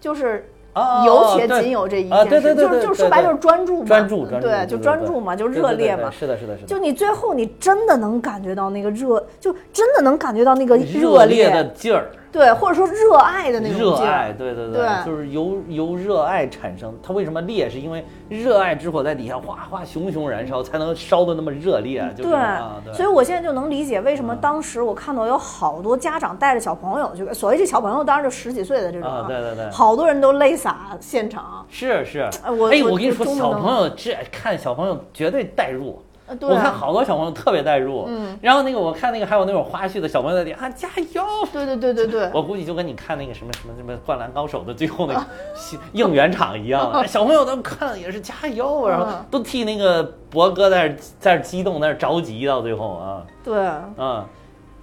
就是
啊，
有且
对
仅有这一
啊
件
对
事，
对对
就是
对
就是
对
说白
对
就是专注嘛，
专注，专注，
对，就专注嘛，就热烈嘛
对对对对。是的，是的，是的。
就你最后你真的能感觉到那个热，就真的能感觉到那个
热
烈，
的劲儿，
对，或者说热爱的那种
热
劲
爱，
儿。
对对
对
就是由由热爱产生。它为什么烈？是因为热爱之火在底下哗哗熊熊燃烧，才能烧的那么热烈。就是
对
啊，对，嗯
所以我现在就能理解为什么当时我看到有好多家长带着小朋友去，所谓这小朋友当然就十几岁的这种
啊对对对
好多人都泪洒现场。
是是，
哎我
哎，
我
我跟你
就
说，
中不
小
能
朋友这看小朋友绝对代入。
呃对
我看
啊，
好多小朋友特别代入，
嗯，
然后那个我看那个还有那种花絮的小朋友在底下啊加油，
对对对对对，
我估计就跟你看那个什么什么什么《灌篮高手》的最后那个戏应援场一样， 哎小朋友他们看了也是加油，啊然后
嗯
都替那个博哥在那儿在那儿激动，在那儿着急，到最后啊
对，
啊，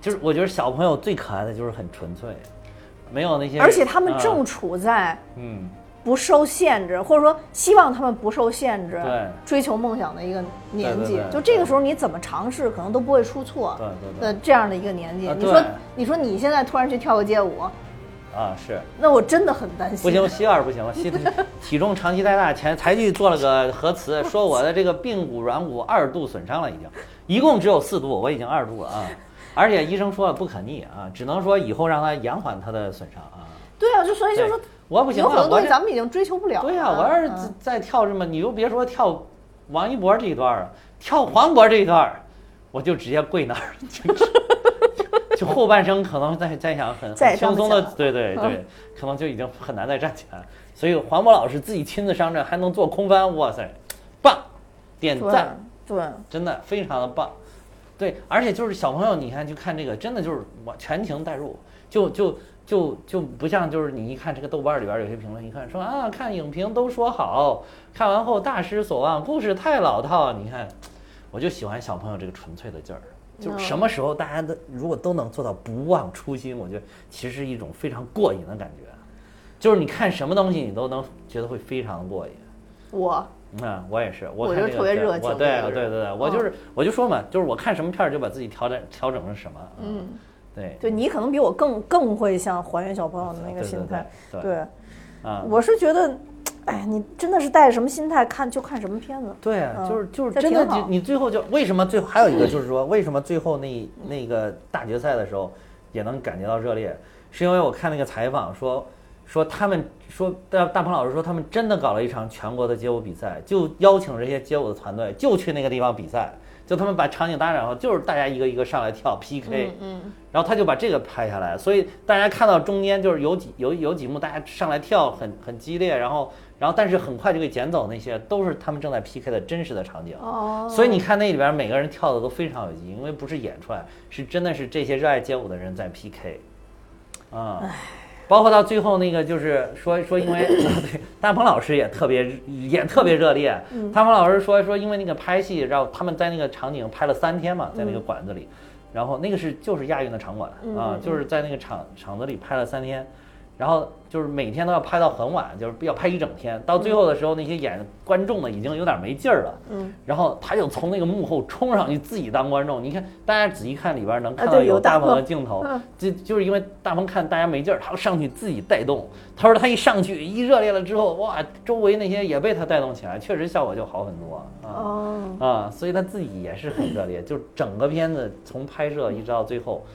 就是我觉得小朋友最可爱的就是很纯粹，没有那些，
而且他们
啊
正处在
嗯
不受限制，或者说希望他们不受限制，
对
追求梦想的一个年纪。
对对对
就这个时候，你怎么尝试，可能都不会出错。
对对对
的这样的一个年纪，
啊
你
对
说，你说你现在突然去跳个街舞，
啊是
那我真的很担心。
不行，我膝盖儿不行 了，膝体重长期太大，前才去做了个 核磁，说我的这个髌骨软骨二度损伤了，已经，一共只有四度，我已经二度了啊，而且医生说了不可逆啊，只能说以后让它延缓它的损伤啊。
对啊，就所以就
对
说，
我不行
有很
了，
多
我
东西
这
咱们已经追求不了了。啊
对呀、啊我要是
嗯
再跳这么，你又别说跳王一博这一段儿啊，跳黄渤这一段儿，我就直接 跪那儿，就就后半生可能再再想很
再也
很轻松的
站不，嗯
对对对，可能就已经很难再站起来了。所以黄渤老师自己亲自上阵，还能做空翻，哇塞，棒，点
对
赞，
对，
真的非常的棒。对，而且就是小朋友，你看去看这个，真的就是我全情代入，就就就就不像就是你一看这个豆瓣里边有些评论，一看说啊，看影评都说好，看完后大失所望，故事太老套。啊你看，我就喜欢小朋友这个纯粹的劲儿，就是
嗯
什么时候大家的如果都能做到不忘初心，我觉得其实是一种非常过瘾的感觉，啊就是你看什么东西你都能觉得会非常过瘾。
我
嗯，我也是，
我
看
就
这
特
个
别
片
热
儿
情
我
这
对
个
对对
人嗯
对，我就是我就说嘛，就是我看什么片儿就把自己调整调整成什么，嗯，
嗯，
对
对你可能比我更更会像还原小朋友的那个心态。
对对对
对，
啊，
我是觉得，哎，你真的是带着什么心态看就看什么片子。
对啊，就是
嗯
就是
这
真的
挺好
就你最后就为什么最后还有一个就是说为什么最后那那个大决赛的时候也能感觉到热烈，是因为我看那个采访说说他们说大大鹏老师说他们真的搞了一场全国的街舞比赛，就邀请这些街舞的团队就去那个地方比赛，就他们把场景搭展好，就是大家一个一个上来跳 PK，
嗯嗯，
然后他就把这个拍下来，所以大家看到中间就是有几有有几幕大家上来跳很很激烈，然后然后但是很快就给剪走，那些都是他们正在 PK 的真实的场景。
哦，
所以你看那里边每个人跳的都非常有意义，因为不是演出来，是真的是这些热爱街舞的人在 PK，啊、包括到最后那个就是说 说因为对大鹏老师也特别也特别热烈，
嗯
大鹏老师说说因为那个拍戏，然后他们在那个场景拍了三天嘛，在那个馆子里，然后那个是就是亚运的场馆啊、
嗯嗯嗯嗯
就是在那个场场子里拍了三天。然后就是每天都要拍到很晚，就是要拍一整天。到最后的时候，那些演观众的已经有点没劲儿了，
嗯，
然后他就从那个幕后冲上去自己当观众。你看，大家仔细看里边能看
啊
到
对有
有
大
大鹏的
鹏
镜头
嗯，
就就是因为大鹏看大家没劲儿，他上去自己带动。他说他一上去一热烈了之后，哇，周围那些也被他带动起来，确实效果就好很多啊。
哦，
啊，所以他自己也是很热烈，就是整个片子从拍摄一直到最后，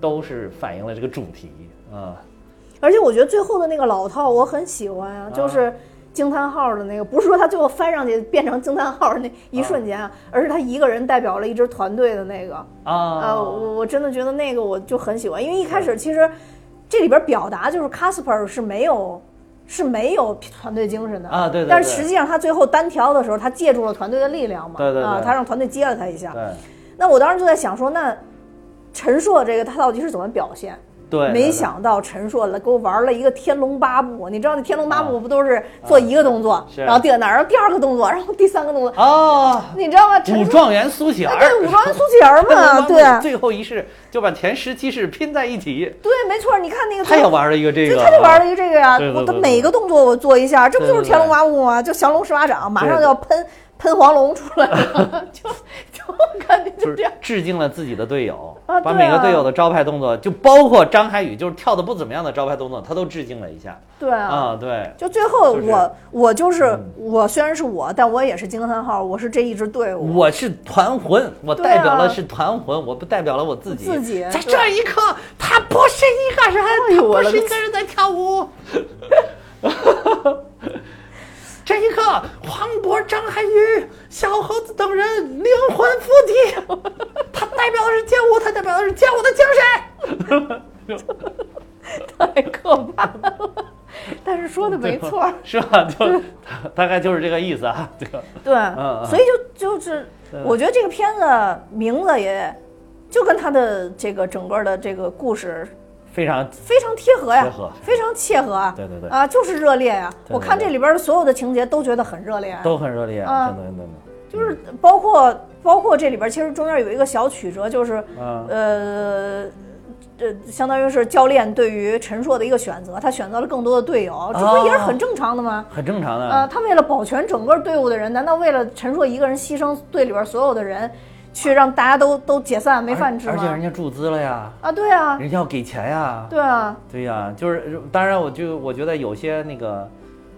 都是反映了这个主题啊。
而且我觉得最后的那个老套我很喜欢啊，就是惊叹号的那个， 不是说他最后翻上去变成惊叹号那一瞬间啊，而是他一个人代表了一支团队的那个，
啊，
啊，我我真的觉得那个我就很喜欢，因为一开始其实这里边表达就是 Casper 是没有是没有团队精神的
啊对对
但是
对
实际上他最后单挑的时候，他借助了团队的力量嘛，
对对
啊，
对
他让团队接了他一下。
对
那我当时就在想说，那陈硕这个他到底是怎么表现？
对，
没
对，
想到陈硕来给我玩了一个《天龙八部》，你知道那《天龙八部
啊》
不都是做一个动作，
是
然后第哪儿第二个动作，然后第三个动作，
对啊，
你知道吗？
武
陈硕
状元苏乞
哎
儿，
对武装苏乞儿嘛，啊对
最后一式就把前十七式拼在一起，
对，没错，你看那个
他也玩了一个这
就
个，
他就玩了一个这个呀、
对对
我
对
的
对
每个动作我做一下，这不就是
对对对
天龙八部吗？就降龙十八掌，马上就要喷喷黄龙出来了，就就感觉
就
就是这样。
致敬了自己的队友，
啊
把
对
每
啊
个队友的招牌动作，就包括张海宇就是跳的不怎么样的招牌动作，他都致敬了一下
对啊，
啊，对，
就最后我、
就是
我就是、
嗯
我，虽然是我，但我也是惊叹号，我是这一支队伍。
我是团魂，我
对啊
代表了是团魂，我不代表了我自己。
自己
在
对
这一刻，他不是一个人，
哎
他
呦我
不
的
是一个人在跳舞。 这一刻，黄渤、张涵予、小猴子等人灵魂附体，他代表的是街舞，他代表的是街舞的精神。
太可怕 了，但是说的没错儿，
是吧？就 大大概就是这个意思啊。这个
对，
嗯嗯
所以就就是
对，
我觉得这个片子名字也就跟它的这个整个的这个故事
非常
非常贴合呀，
贴合
非常切合啊，
对对对
啊，就是热烈呀、
对对
我看这里边的所有的情节都觉得很热烈啊，
都很热烈，
啊
真的真的。
就是包括包括这里边其实中间有一个小曲折，就是
嗯
呃。呃，相当于是教练对于陈硕的一个选择，他选择了更多的队友，这不也是
哦
很正常的吗？
很正常的
呃，他为了保全整个队伍的人，难道为了陈硕一个人牺牲队里边所有的人，去让大家都都解散没饭吃
而而且人
吗？
家注资了呀，
啊，对啊，
人家要给钱呀。
对啊，
对呀、就是当然，我就我觉得有些那个，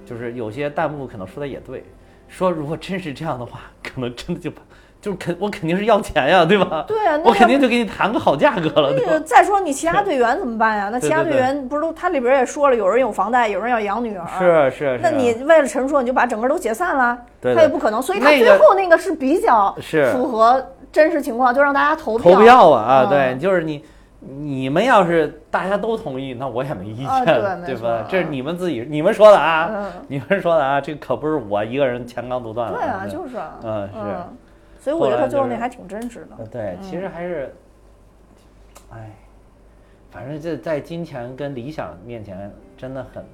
就是有些弹幕可能说的也对，说如果真是这样的话， 可能真的就把就是肯我肯定是要钱呀，对吧？
对啊那
我肯
要
定就给你谈个好价格了，对
那个
吧？
再说你其他队员怎么办呀？那其他
对
队
对对
员不是都他里边也说了，有人有房贷，有人要养女儿。
是是是，
那
啊
你为了陈硕，你就把整个都解散了，
对对
他也不可能。所以他
那个
最后那个是比较
是
符合真实情况，就让大家投
投票啊
嗯
啊，对，就是你你们要是大家都同意，那我也没意见，
啊对没
对
错
吧
啊？
这是你们自己你们说的啊，
嗯
你们说的啊，这可不是我一个人强刚独断了。
对啊，就是啊，
嗯是
嗯，所以我觉得
后
他
来
最后
就是
那还挺真实的
呃，。对，其实还是，哎，反正这在金钱跟理想面前，真的很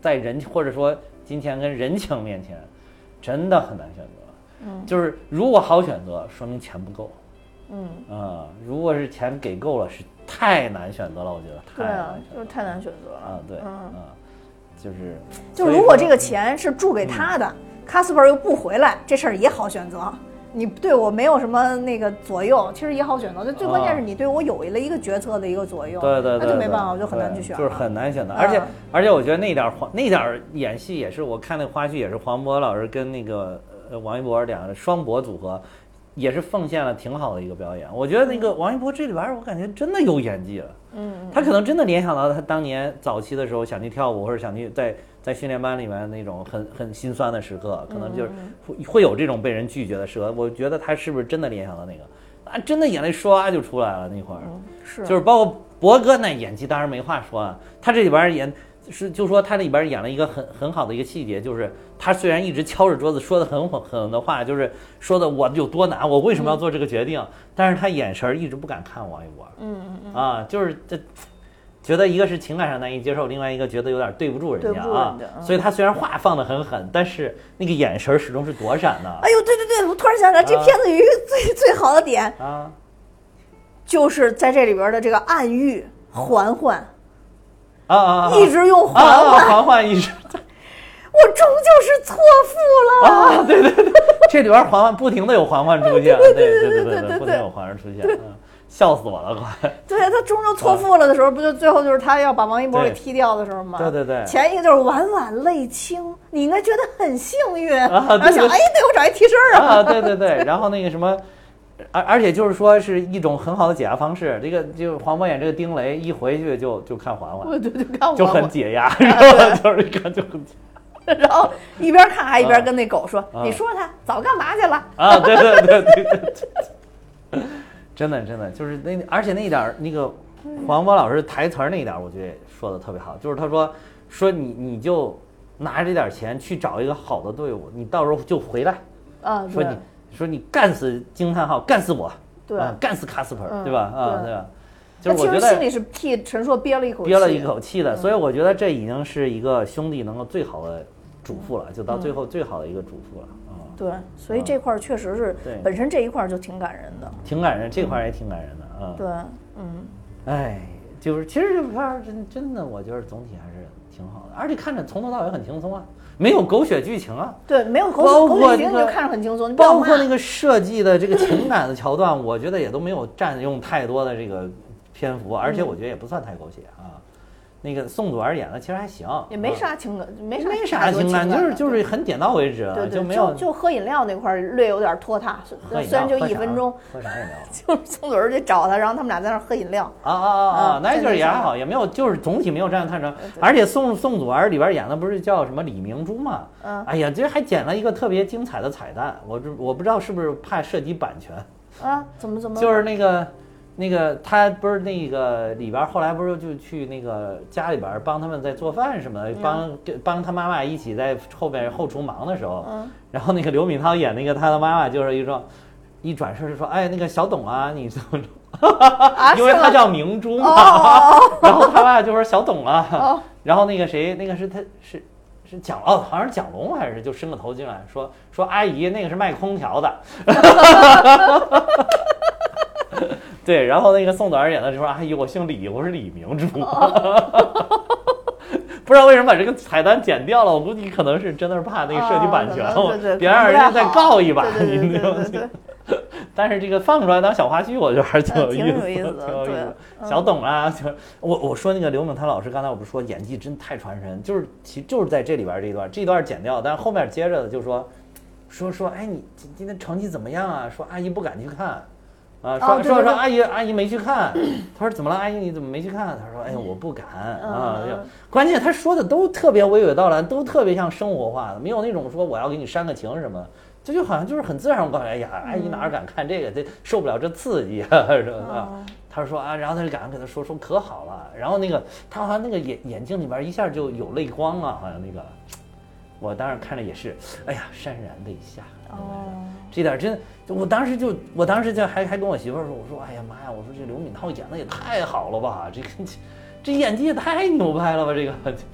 在人或者说金钱跟人情面前，真的很难选择。嗯，就是如果好选择，说明钱不够。
嗯，
啊、如果是钱给够了，是太难选择了，我觉得
对
太
啊
难，选
就
择
是
了。
太难选择了。
啊，对，
嗯，
啊，就是，
就
所以嗯
如果
说
这个钱是注给他的，卡斯 r 又不回来，这事儿也好选择。你对我没有什么那个左右，其实也好选择。就最关键是你对我有了一个决策的一个左右，
嗯对对对，
那就没
对
办法，我就很难
对
去选了。
就是很难选择。
嗯
而且而且，我觉得那点儿黄那点儿演戏也是，我看那个花絮也是黄渤老师跟那个呃王一博两个双博组合，也是奉献了挺好的一个表演。我觉得那个王一博这里边儿，我感觉真的有演技了。
嗯，
他可能真的联想到他当年早期的时候想去跳舞，或者想去在在训练班里面那种很很心酸的时刻，可能
嗯
就是会会有这种被人拒绝的时刻。我觉得他是不是真的联想到那个啊？真的眼泪唰就出来了那会儿。
嗯是
就是包括博哥那演技，当然没话说啊。他这里边演是就说他里边演了一个很很好的一个细节，就是他虽然一直敲着桌子说的很狠狠的话，就是说的我有多难，我为什么要做这个决定，但是他眼神儿一直不敢看王一博。嗯嗯啊，就是这。觉得一个是情感上难以接受，另外一个觉得有点对不住人
对
家
不住
啊
人家，嗯
所以他虽然话放得很狠，但是那个眼神儿始终是躲闪的
哎呦，对对对，我突然想起来，这
啊
片子有一个最、最好的点，
啊。
就是在这里边的这个暗喻环环，
啊啊啊！
一直用
啊
环
啊
环，
环环一直
我终究是错付了。
啊，对对 对，这里边环环不停的有环环出现，对对对对对，不停有环环出现，嗯笑死我了，快！
对他终究错付了的时候，不就最后就是他要把王一博给踢掉的时候吗？
对对对
前一个就是婉婉泪轻，你应该觉得很幸运，
啊
然后想
对对
哎，对我找一替身儿啊，
啊，对对对，然后那个什么。而而且就是说是一种很好的解压方式，这个就是黄渤演这个丁雷一回去就就看环环，
我就就看我
就很解 压，然后就是看就很解
然后一边看还一边
啊
跟那狗说：“
啊
你说他早干嘛去了
啊，对对对对对对， 真的真的就是那，而且那一点儿那个黄渤老师台词儿那一点儿，我觉得说的特别好，就是他说说你你就拿这点儿钱去找一个好的队伍，你到时候就回来，？”
啊，
说
对
你说你干死惊叹号，干死我，
对
啊干死卡斯
嗯
本，对吧？啊，
对
对吧？就
他
是
其
我觉
实心
得
里是替陈硕憋了一口气，嗯
憋了一口气的，所以我觉得这已经是一个兄弟能够最好的嘱咐了，就到
嗯
最后最好的一个嘱咐了啊。
对，所以这块儿确实是
对
本身这一块儿就挺感人的。
挺感人，这块儿也挺感人的啊。
对，嗯，
哎，就是其实这片儿真真的，我觉得总体还是挺好的，而且看着从头到尾很轻松啊，没有狗血剧情啊。
对，没有口
包
口
括
水
那
型你就
个，
看着很轻松，你不要
包括
骂
那个设计的这个情感的桥 段，我觉得也都没有占用太多的这个篇幅，而且我觉得也不算太狗血啊。那个宋祖儿演的其实还行，
嗯也没
啊，
啥情感，没啥
没
太
啥
多情
情感，就是
的
就是很点到为止啊，
对对，
没有
就就喝饮料那块儿略有点拖沓，虽
喝饮料
虽然就
喝
一
啥
分钟，
喝啥饮料。
就是宋祖儿去找他，然后他们俩在那儿喝饮料。
啊啊啊啊！
嗯
那
真
就是
的
也
是
还好，也没有，就是总体没有占太长
对。对
而且宋宋祖儿里边演的不是叫什么李明珠嘛？
嗯
哎呀，这还捡了一个特别精彩的彩蛋，我这我不知道是不是怕涉及版权，
啊，怎么怎么？
就是那个那个他不是那个里边后来不是就去那个家里边帮他们在做饭什么
嗯
的，帮帮他妈妈一起在后边后厨忙的时候，
嗯
然后那个刘敏涛演那个他的妈妈就是一说一转身就说，哎，那个小董啊，你怎么？
啊， 哦
因为
是
他
吗
叫明珠嘛， 然后他爸就说小董啊，
哦
然后那个谁，那个是他是是蒋哦，好像是蒋龙还是就伸个头进来说说阿姨，那个是卖空调的， 对，然后那个宋祖儿演的就说阿姨，我姓李，我是李明珠， 不知道为什么把这个彩蛋剪掉了，我估计可能是真的是怕那个涉及版权，
哦可能对对
别让人家再告一把，
对对
你
对
知道吗
对对？对，
但是这个放出来当小花絮，我觉得还是挺有
嗯
意
挺
思
有
的，
意思的
挺有意思的。
对嗯
小董啊，就是我我说那个刘敏涛老师，刚才我不是说演技真太传神，就是其就是在这里边儿这一段，这一段剪掉，但是后面接着的就说说说，哎，你今今天成绩怎么样啊？说阿姨不敢去看。啊，说、
哦对对
说
对
说阿姨阿姨没去看，他说怎么了？阿姨你怎么没去看？他说哎呀我不敢啊，
嗯
就关键他说的都特别娓娓道来，都特别像生活化的，没有那种说我要给你煽个情什么的，这就好像就是很自然。我告诉你，哎呀，阿姨哪儿敢看这个，这受不了这刺激啊，是吧？他说啊，然后他就赶快给他说说可好了，然后那个他好像那个眼眼睛里边一下就有泪光了，好像那个，我当时看着也是，哎呀，潸然泪下。
哦，
这点真，就我当时就，我当时就还还跟我媳妇儿说，我说，哎呀妈呀，我说这刘敏涛演的也太好了吧，这个这这演技也太牛掰了吧，这个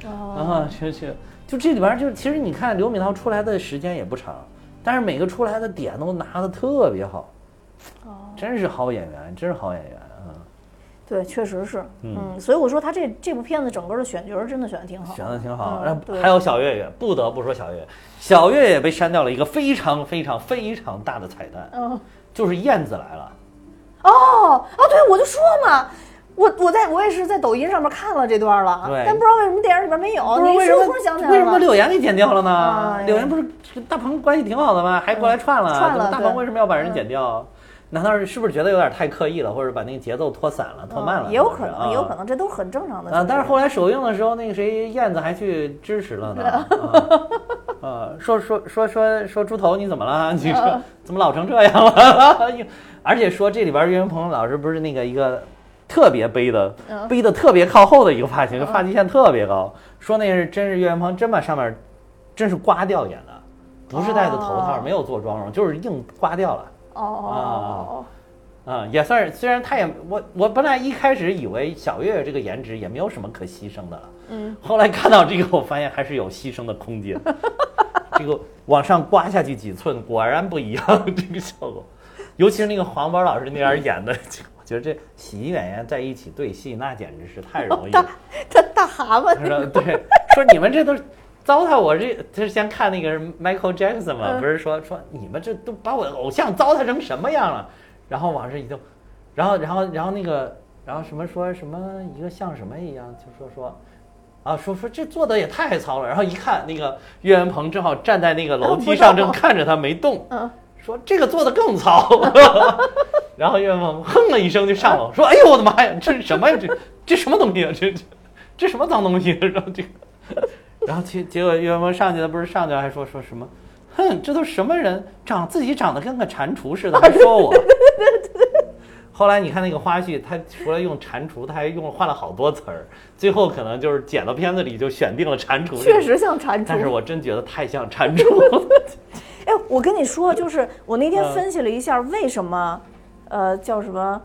哦
啊，这这就这里边儿就是，其实你看刘敏涛出来的时间也不长，但是每个出来的点都拿的特别好，
哦
真是好演员，真是好演员啊，
对，确实是，嗯，所以我说他这这部片子整个的选角儿真的选的挺好，
选的挺好。
嗯
然后
对
还有小岳岳，不得不说小岳岳，小岳岳被删掉了一个非常非常非常大的彩蛋，
嗯，
就是燕子来了。
哦哦，对，我就说嘛。我我在我也是在抖音上面看了这段了
对，
但不知道为什么电影里边没有。
不是
你
为
一
什
说我
么
忽然想起来了，
为什么柳岩给剪掉了呢
哎？呀
柳岩不是跟大鹏关系挺好的吗？还过来串了，
嗯串了
怎么大鹏为什么要把人剪掉？难道是是不是觉得有点太刻意了，或者把那个节奏拖散了、拖慢了？
嗯也有可能，
啊
也有可。能，这都很正常的
啊！但是后来首映的时候，那个谁燕子还去支持 了呢，啊，啊说说说说说猪头你怎么了？啊你
嗯
这怎么老成这样了？ 而且说这里边岳云鹏老师不是那个一个特别背的
嗯
背的特别靠后的一个发型，发际线特别高，说那是真是岳云鹏真把上面真是刮掉演的，不是戴的头套，
哦
没有做妆容，就是硬刮掉了。
哦哦
啊、也算是，虽然他也我我本来一开始以为小岳岳这个颜值也没有什么可牺牲的了，
嗯，
后来看到这个，我发现还是有牺牲的空间。这个往上刮下去几寸，果然不一样，这个效果，尤其是那个黄渤老师那边演的，这个我 觉得这喜剧演员在一起对戏，那简直是太容易了
大。这大蛤蟆
他说对，说你们这都是糟蹋我这，他是先看那个 Michael Jackson 嘛，
嗯
不是说说你们这都把我的偶像糟蹋成什么样了？然后往上一动，然后然后然后那个然后什么说什么一个像什么一样，就说说。啊，说说这做的也太糙了，然后一看那个岳云鹏正好站在那个楼梯上，正看着他没动，
嗯，
说这个做的更糙。 然后岳云鹏哼了一声就 上楼，说：“哎呦我的妈呀，这是什么呀？这这什么东西啊？这这这什么脏东西？” 然后这个， 然后结结果岳云鹏上去了，不是上去了还说说什么？哼，这都什么人？长自己长得跟个蟾蜍似的，还说我。 后来你看那个花絮，他除了用蟾蜍，他还用换了好多词儿，最后可能就是剪到片子里就选定了蟾蜍。
确，实像蟾
但是
蜍。
我真觉得太像蟾蜍 了。
哎，我跟你说，就是我那天
嗯
分析了一下，为什么，呃，叫什么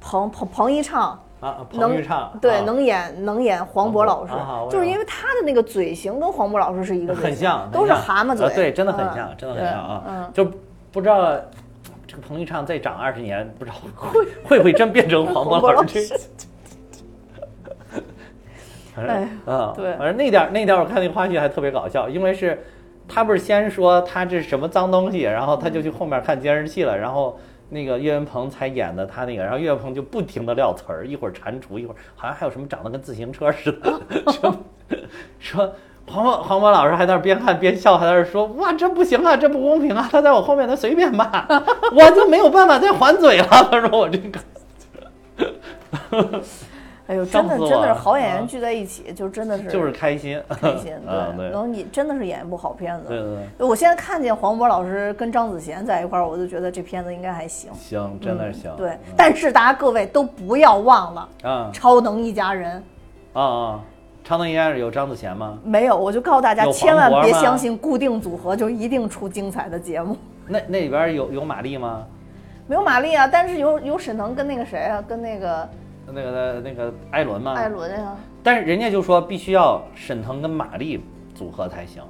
彭彭彭一畅
啊，彭
能
昱畅
对、
啊
能演能演黄渤老师，
啊啊我
就是
知道
因为他的那个嘴型跟黄渤老师是一个嘴型
很像，
都是
很像
蛤蟆嘴，
呃对，真的很
嗯
像，真的很像
对
啊
嗯，，
就不知道这个彭昱畅再长二十年，不知道会会不会真变成黄渤老师。 反正
哎
嗯，
对
反正那点儿那点儿我看那个花絮还特别搞笑，因为是他不是先说他这是什么脏东西，然后他
嗯
就去后面看监视器了，然后那个岳云鹏才演的他那个，然后岳云鹏就不停的撂词儿，一会儿蟾蜍，一会儿好像还有什么长得跟自行车似的，说说黄渤黄渤老师还在那儿边看边笑，还在那儿说哇这不行啊，这不公平啊，他在我后面他随便 骂，我就没有办法再还嘴了，他说我这个。
哎呦，真的
上次
真的是
我
好演员
嗯
聚在一起，就真的是
就是开心，
开心，
啊
对，能你真的是演一部好片子。
对对对，
我现在看见黄渤老师跟张子贤在一块儿，我就觉得这片子应该还行，嗯
行，真的是行，嗯
对，但是大家各位都不要忘了，
啊
超能一家人
啊啊！超能一家有张子贤吗？
没有，我就告诉大家，
有黄渤
千万别
吗
相信固定组合就一定出精彩的节目。
那那里边有有马丽吗？
没有马丽啊，但是有有沈腾跟那个谁啊，跟那个
那个那个艾伦吗？
艾。伦呀、啊，
但是人家就说必须要沈腾跟马丽组合才行，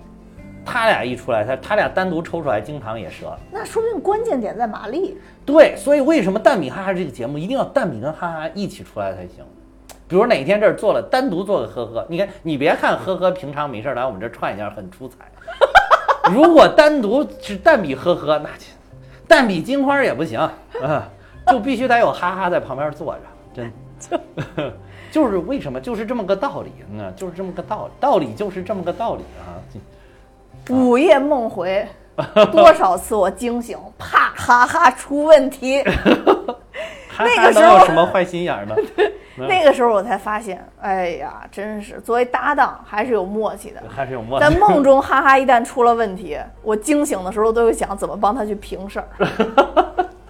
他俩一出来，他他俩单独抽出来，经常也折。
那说明关键点在马丽。
对，所以为什么蛋米哈哈这个节目一定要蛋米跟哈哈一起出来才行？比如哪天这儿做了，单独做个呵呵，你看你别看呵呵平常没事儿来我们这儿串一下很出彩，如果单独是蛋比呵呵，那就 蛋比金花也不行，啊，就必须得有哈哈在旁边坐着，真的。 就是为什么就是这么个道理呢？就是这么个道理，道理就是这么个道理啊！
午夜梦回，多少次我惊 醒，啪哈哈出问题。
哈
那
哈
个时候
能有什么坏心眼儿呢？嗯
那个时候我才发现，哎呀，真是作为搭档还是有默 契的。
还是有默
在
契。
梦中，哈哈一旦出了问题，我惊醒的时候都会想怎么帮他去平 事儿。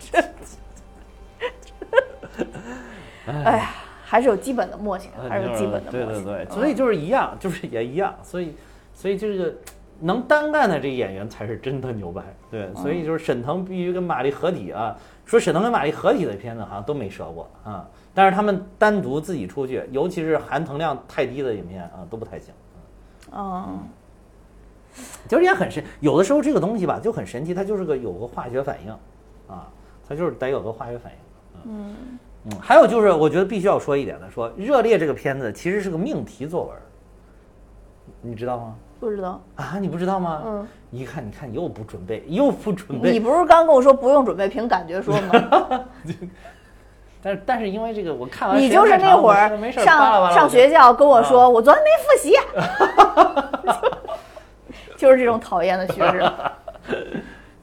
哎呀，还是有基本的默契
呃，
还是有
就是
基本的啊
对
默
对
契。嗯
对，所以就是一样，就是也一样，所以所以这个能单干的这演员才是真的牛掰。对，
嗯
所以就是沈腾必须跟马丽合体啊。说沈腾跟马丽合体的片子好像都没折过啊，但是他们单独自己出去，尤其是含腾量太低的影片啊，都不太行。
嗯，
就是也很神，有的时候这个东西吧就很神奇，它就是个有个化学反应，啊，它就是得有个化学反应。嗯嗯，还有就是我觉得必须要说一点的，说《热烈》这个片子其实是个命题作文，你知道吗？
不知道。
啊，你不知道吗？
嗯，
一看你看你又不准备，又不准
你
备，
不是刚跟我说不用准备，凭感觉说 吗？
但是但是因为这个我看完
你
时间
就是
太
那
长
会
我啊没
儿
事儿扒拉扒
上
拉
上
我就啊
学校跟我说，我昨天没复习， 就是这种讨厌的学生。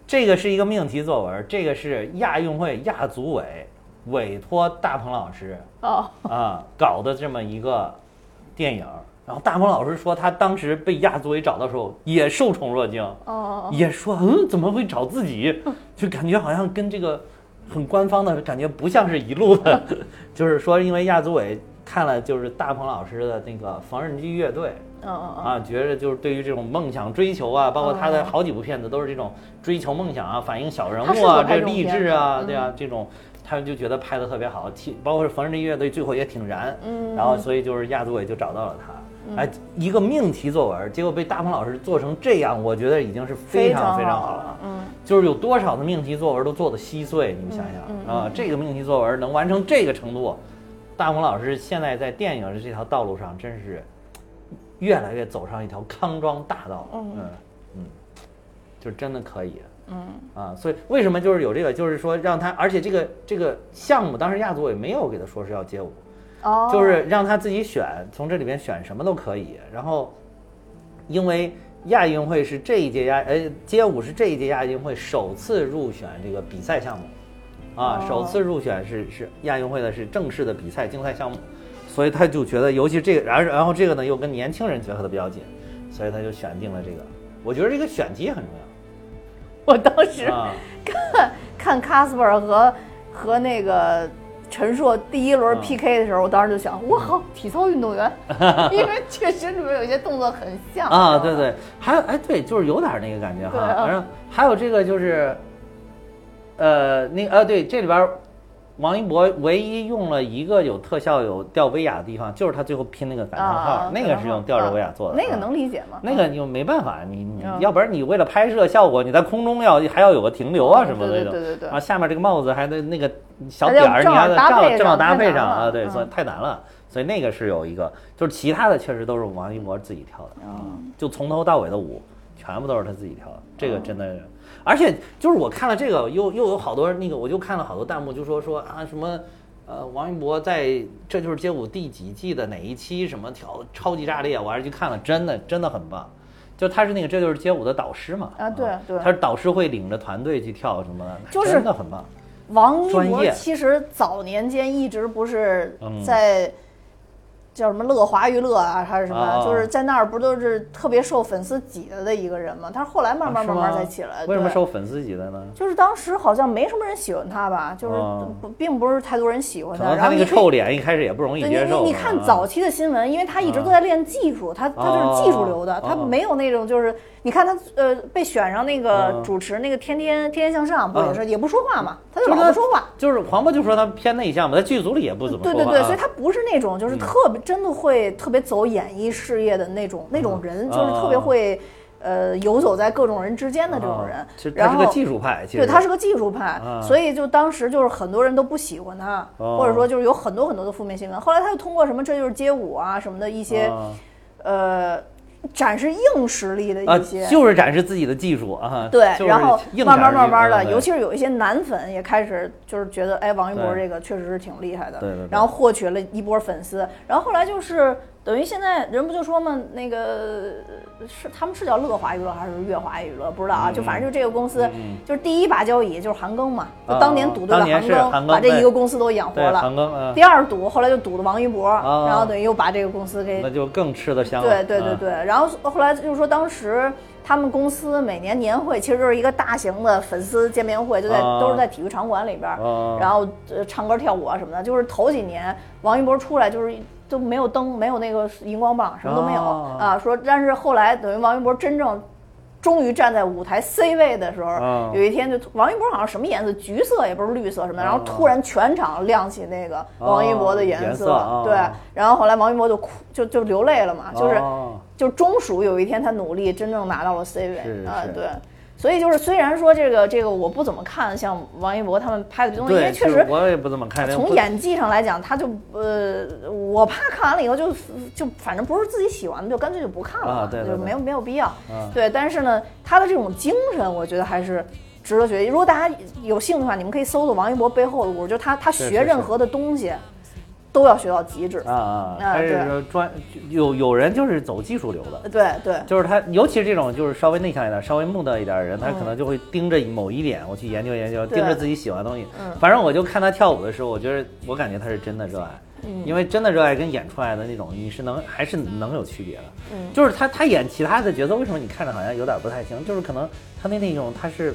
这个是一个命题作文，这个是亚运会亚组委委托大鹏老师
哦，
啊搞的这么一个电影儿。然后大鹏老师说，他当时被亚组委找到的时候也受宠若惊，
哦，
也说嗯怎么会找自己，就感觉好像跟这个很官方的感觉不像是一路的，就是说因为亚组委看了就是大鹏老师的那个缝纫机乐队，
嗯嗯
啊，觉着就是对于这种梦想追求啊，包括他的好几部片子都是这种追求梦想啊，反映小人
他是
物啊
有，拍
这
这种
励
片
志
子嗯
啊，对啊，这种他们就觉得拍的特别好，其包括是缝纫机乐队最后也挺燃，
嗯
然后所以就是亚组委就找到了他，哎，一个命题作文，结果被大鹏老师做成这样，我觉得已经是非常非
非
常
常
好
好
了。
嗯，
就是有多少的命题作文都做的稀碎，你们想想、啊，这个命题作文能完成这个程度，大鹏老师现在在电影的这条道路上真是越来越走上一条康庄大道。嗯嗯，就真的可以。
嗯
啊，所以为什么就是有这个，就是说让他，而且这个这个项目当时亚组也没有给他说是要街舞，
哦，
就是让他自己选，从这里边选什么都可以。然后，因为亚运会是这一届亚，呃，街舞是这一届亚运会首次入选这个比赛项目，啊，
哦
首次入选是是亚运会的是正式的比赛竞赛项目，所以他就觉得，尤其这个，然后然后这个呢又跟年轻人结合的比较紧，所以他就选定了这个。我觉得这个选题很重
我当时
要啊。
看 看 Casper 和和那个陈硕第一轮
嗯
PK 的时候，我当时就想，我靠，体操运动 员，因为确实里面有些动作很像
啊，对，对，还有哎，对，就是有点那个感觉
对
哈。
啊
反正还有这个就是，呃，那个呃，对，这里边儿王一博唯一用了一个有特效有吊威亚的地方，就是他最后拼那个感叹号，
啊，
那个是用吊着威亚
雅
做的，
那个
啊
能理解吗？
那个就没办法，你你、
嗯
要不然你为了拍摄效果，你在空中要还要有个停留啊
嗯
什么的
对
那种，
对对对对
啊，下面这个帽子还得那个小
还
点
得
儿，你
正
还
好
得
搭配
正正好
上
搭
太
配
难
上
了
啊，对，
嗯
所以太难了，所以那个是有一个，就是其他的确实都是王一博自己跳的，
嗯
啊，就从头到尾的舞全部都是他自己跳的，这
嗯
个真的是。而且就是我看了这个，又又有好多那个，我就看了好多弹幕，就说说啊什么，呃，王一博在《这就是街舞》第几季的哪一期什么跳得超级炸裂，我还是去看了，真的真的很棒。就他是那个《这就是街舞》的导师嘛，
啊对对
他是导师会领着团队去跳什么的，
就是
真的很棒。
王一
专
博
业
其实早年间一直不是
嗯
在叫什么乐华娱乐啊，还是什
啊
么，就是在那儿不都是特别受粉丝挤得的一个人吗？他后来慢慢
啊是
慢
吗
慢才起来。
为什么
对
受粉丝级的 呢？
就是当时好像没什么人喜欢他吧，就是
哦
不并不是太多人喜欢
可
他。
能
然
他
后
那
你
个
可以
臭脸一开始也不容易
对，
接
你
受。啊
你你看早，期的新闻，因为他一直都在练技术，他他就是技术流的，
哦
他没有那种就是，你看他呃被选上那个
嗯
主持那个天天天天向上不
嗯
也是也不说话嘛，他就
就是
老
他
不说话。
就是黄渤就说他偏内向嘛，在剧组里也不怎么
对
说
对
话
对，
啊嗯
所以他不是那种就是特别真的会特别走演艺事业的那种那种人，就是
啊
特别会呃游走在各种人之间的这种人
啊其实。他
然
是个
后
技术派，其实
对他是个技术派
啊，
所以就当时就是很多人都不喜欢他，
哦
或者说就是有很多很多的负面新闻。后来他又通过什么这就是街舞啊什么的一些
啊
呃展示硬实力的
啊
一些，
就是展示自己的技术啊。
对，
就是
然后
硬
慢
展
慢
示
慢慢的，
对
尤其是有一些男粉也开始就是觉得，哎，王一博
对
这个确实是挺厉害的，
对对对
然后获取了一波粉丝，然后后来就是等于现在人不就说嘛，那个是他们是叫乐华娱乐还是月华娱乐，不知道啊，就反正就这个公司，就是第一把交椅就是韩庚嘛，就当年赌对
嗯啊
了
当年
韩
是
庚，
韩庚
把这
对
一个公司都养活
对韩
了。
庚，嗯
第二赌，后来就赌了王一博，
啊
然后等于又把这个公司给
那就更吃得香了。
对对对
嗯
对，然后后来就是说，当时他们公司每年年会其实就是一个大型的粉丝见面会，就在、
啊
都是在体育场馆里边儿，
啊
然后呃唱歌跳舞啊什么的。就是头几年王一博出来就是都没有灯，没有那个荧光棒，什么都没有
啊
啊说但是后来等于王一博真正。终于站在舞台 C 位的时候，
啊
有一天就王一博好像什么颜色，橘色也不是绿色什么的，然后
啊
突然全场亮起那个王一博的
颜
颜
色啊
对，然后后来王一博就哭，就就流泪了嘛，就是、
哦
就终属有一天他努力真正拿到了 C
是
位啊
是，
对。所以就是虽然说这个这个我不怎么看像王一博他们拍的东西，因为
对，
确
就是
实
我也不怎么看。
从
不
演技上来讲，他就呃，我怕看完了以后就就反正不是自己喜欢的，就干脆就不看了嘛，
啊对对
就
对
没有没有必要、
嗯
对，但是呢，他的这种精神，我觉得还是。值得学习。如果大家有兴趣的话，你们可以搜搜王一博背后的故事，就是他他
是
学
是
任
是
何的东西都要学到极致。
啊啊，
啊
他是
对
说专有有人就是走技术流的，
对对，
就是他，尤其是这种就是稍微内向一点、稍微木讷一点的人，他可能就会盯着某一点，我去研究研究，
嗯对
盯着自己喜欢的东西。
嗯
反正我就看他跳舞的时候，我觉得我感觉他是真的热爱，
嗯
因为真的热爱跟演出来的那种，你是能还是能有区别的。
嗯
就是他他演其他的角色，为什么你看着好像有点不太行？就是可能他那那种他是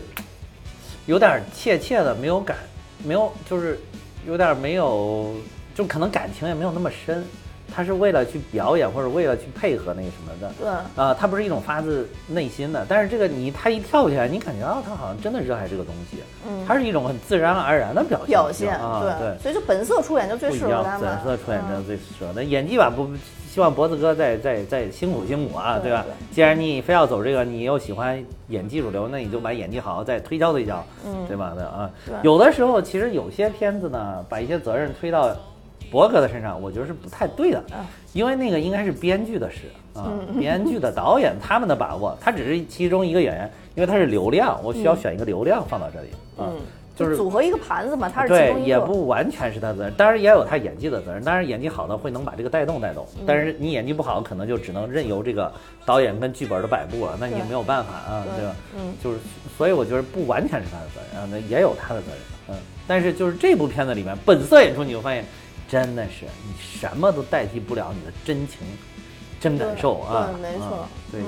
有点怯怯的，没有感，没有就是有点没有，就可能感情也没有那么深。他是为了去表演或者为了去配合那个什么的，
对。
啊，它不是一种发自内心的，但是这个你他一跳起来，你感觉啊，他好像真的热爱这个东西，嗯，它是一种很自然而然的表现
表现，
啊，对，
所以就本色出演就最
不一
适合
样
他，们。
本色出演真的最适合。那演技吧不，希望脖子哥再再再辛苦辛苦啊，
对
对吧？既然你非要走这个，你又喜欢演技主流，那你就把演技好好再推敲推敲，
嗯
对吧？那啊
对，
有的时候其实有些片子呢，把一些责任推到博哥的身上，我觉得是不太对的，
啊
因为那个应该是编剧的事啊，
嗯
编剧的导演他们的把握，他只是其中一个演员，因为他是流量，我需要选一个流量放到这里啊，
嗯，
就是
组合一个盘子嘛，它是其
对
中，一
也
个。
不完全是他的责任，当然也有他演技的责任。当然演技好的会能把这个带动带动，
嗯
但是你演技不好，可能就只能任由这个导演跟剧本的摆布了，那你
对
没有办法啊，
对
对吧？
嗯，
就是所以我觉得不完全是他的责任啊，那也有他的责任，嗯。但是就是这部片子里面本色演出，你就发现真的是你什么都代替不了你的真情、真感受啊，
对对没错
啊对
嗯，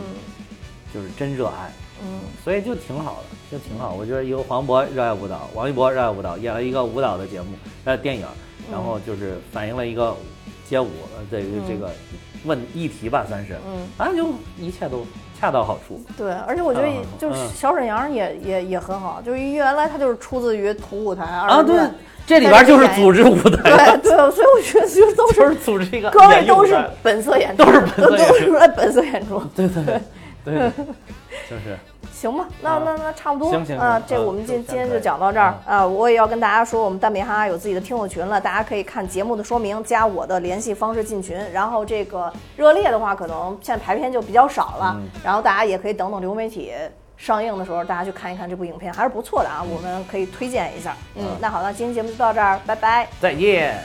就是真热爱。
嗯，
所以就挺好的，就挺好。我觉得一个黄渤热爱舞蹈，王一博热爱舞蹈，演了一个舞蹈的节目，呃，电影，然后就是反映了一个街舞呃这个这个问议题吧，算是，
嗯，
啊，就一切都恰到好处。
对，而且我觉得
嗯
就是
嗯
小沈阳也、也也很好，就是原来他就是出自于土舞台
啊，
二人
对
转，
这里边就是组织舞台，
对 对，所以我觉得就都
就是是组织一个，
各位都是 本色演出，
都是本色演出
都是来本色演出。
对对对对，就是
行吧，那
啊
那那差不多，
行行
啊
行
这
啊
我们今
就
今天
先
就
这
讲到这儿
样嗯
啊、我也要跟大家说，我们蛋米哈哈有自己的听友群了，大家可以看节目的说明，加我的联系方式进群。然后这个热烈的话，可能现在排片就比较少了，
嗯
然后大家也可以等等流媒体上映的时候，大家去看一看这部影
嗯
片，还是不错的啊，我们可以推荐一下。嗯，那好，那今天节目就到这儿，拜拜。
再见。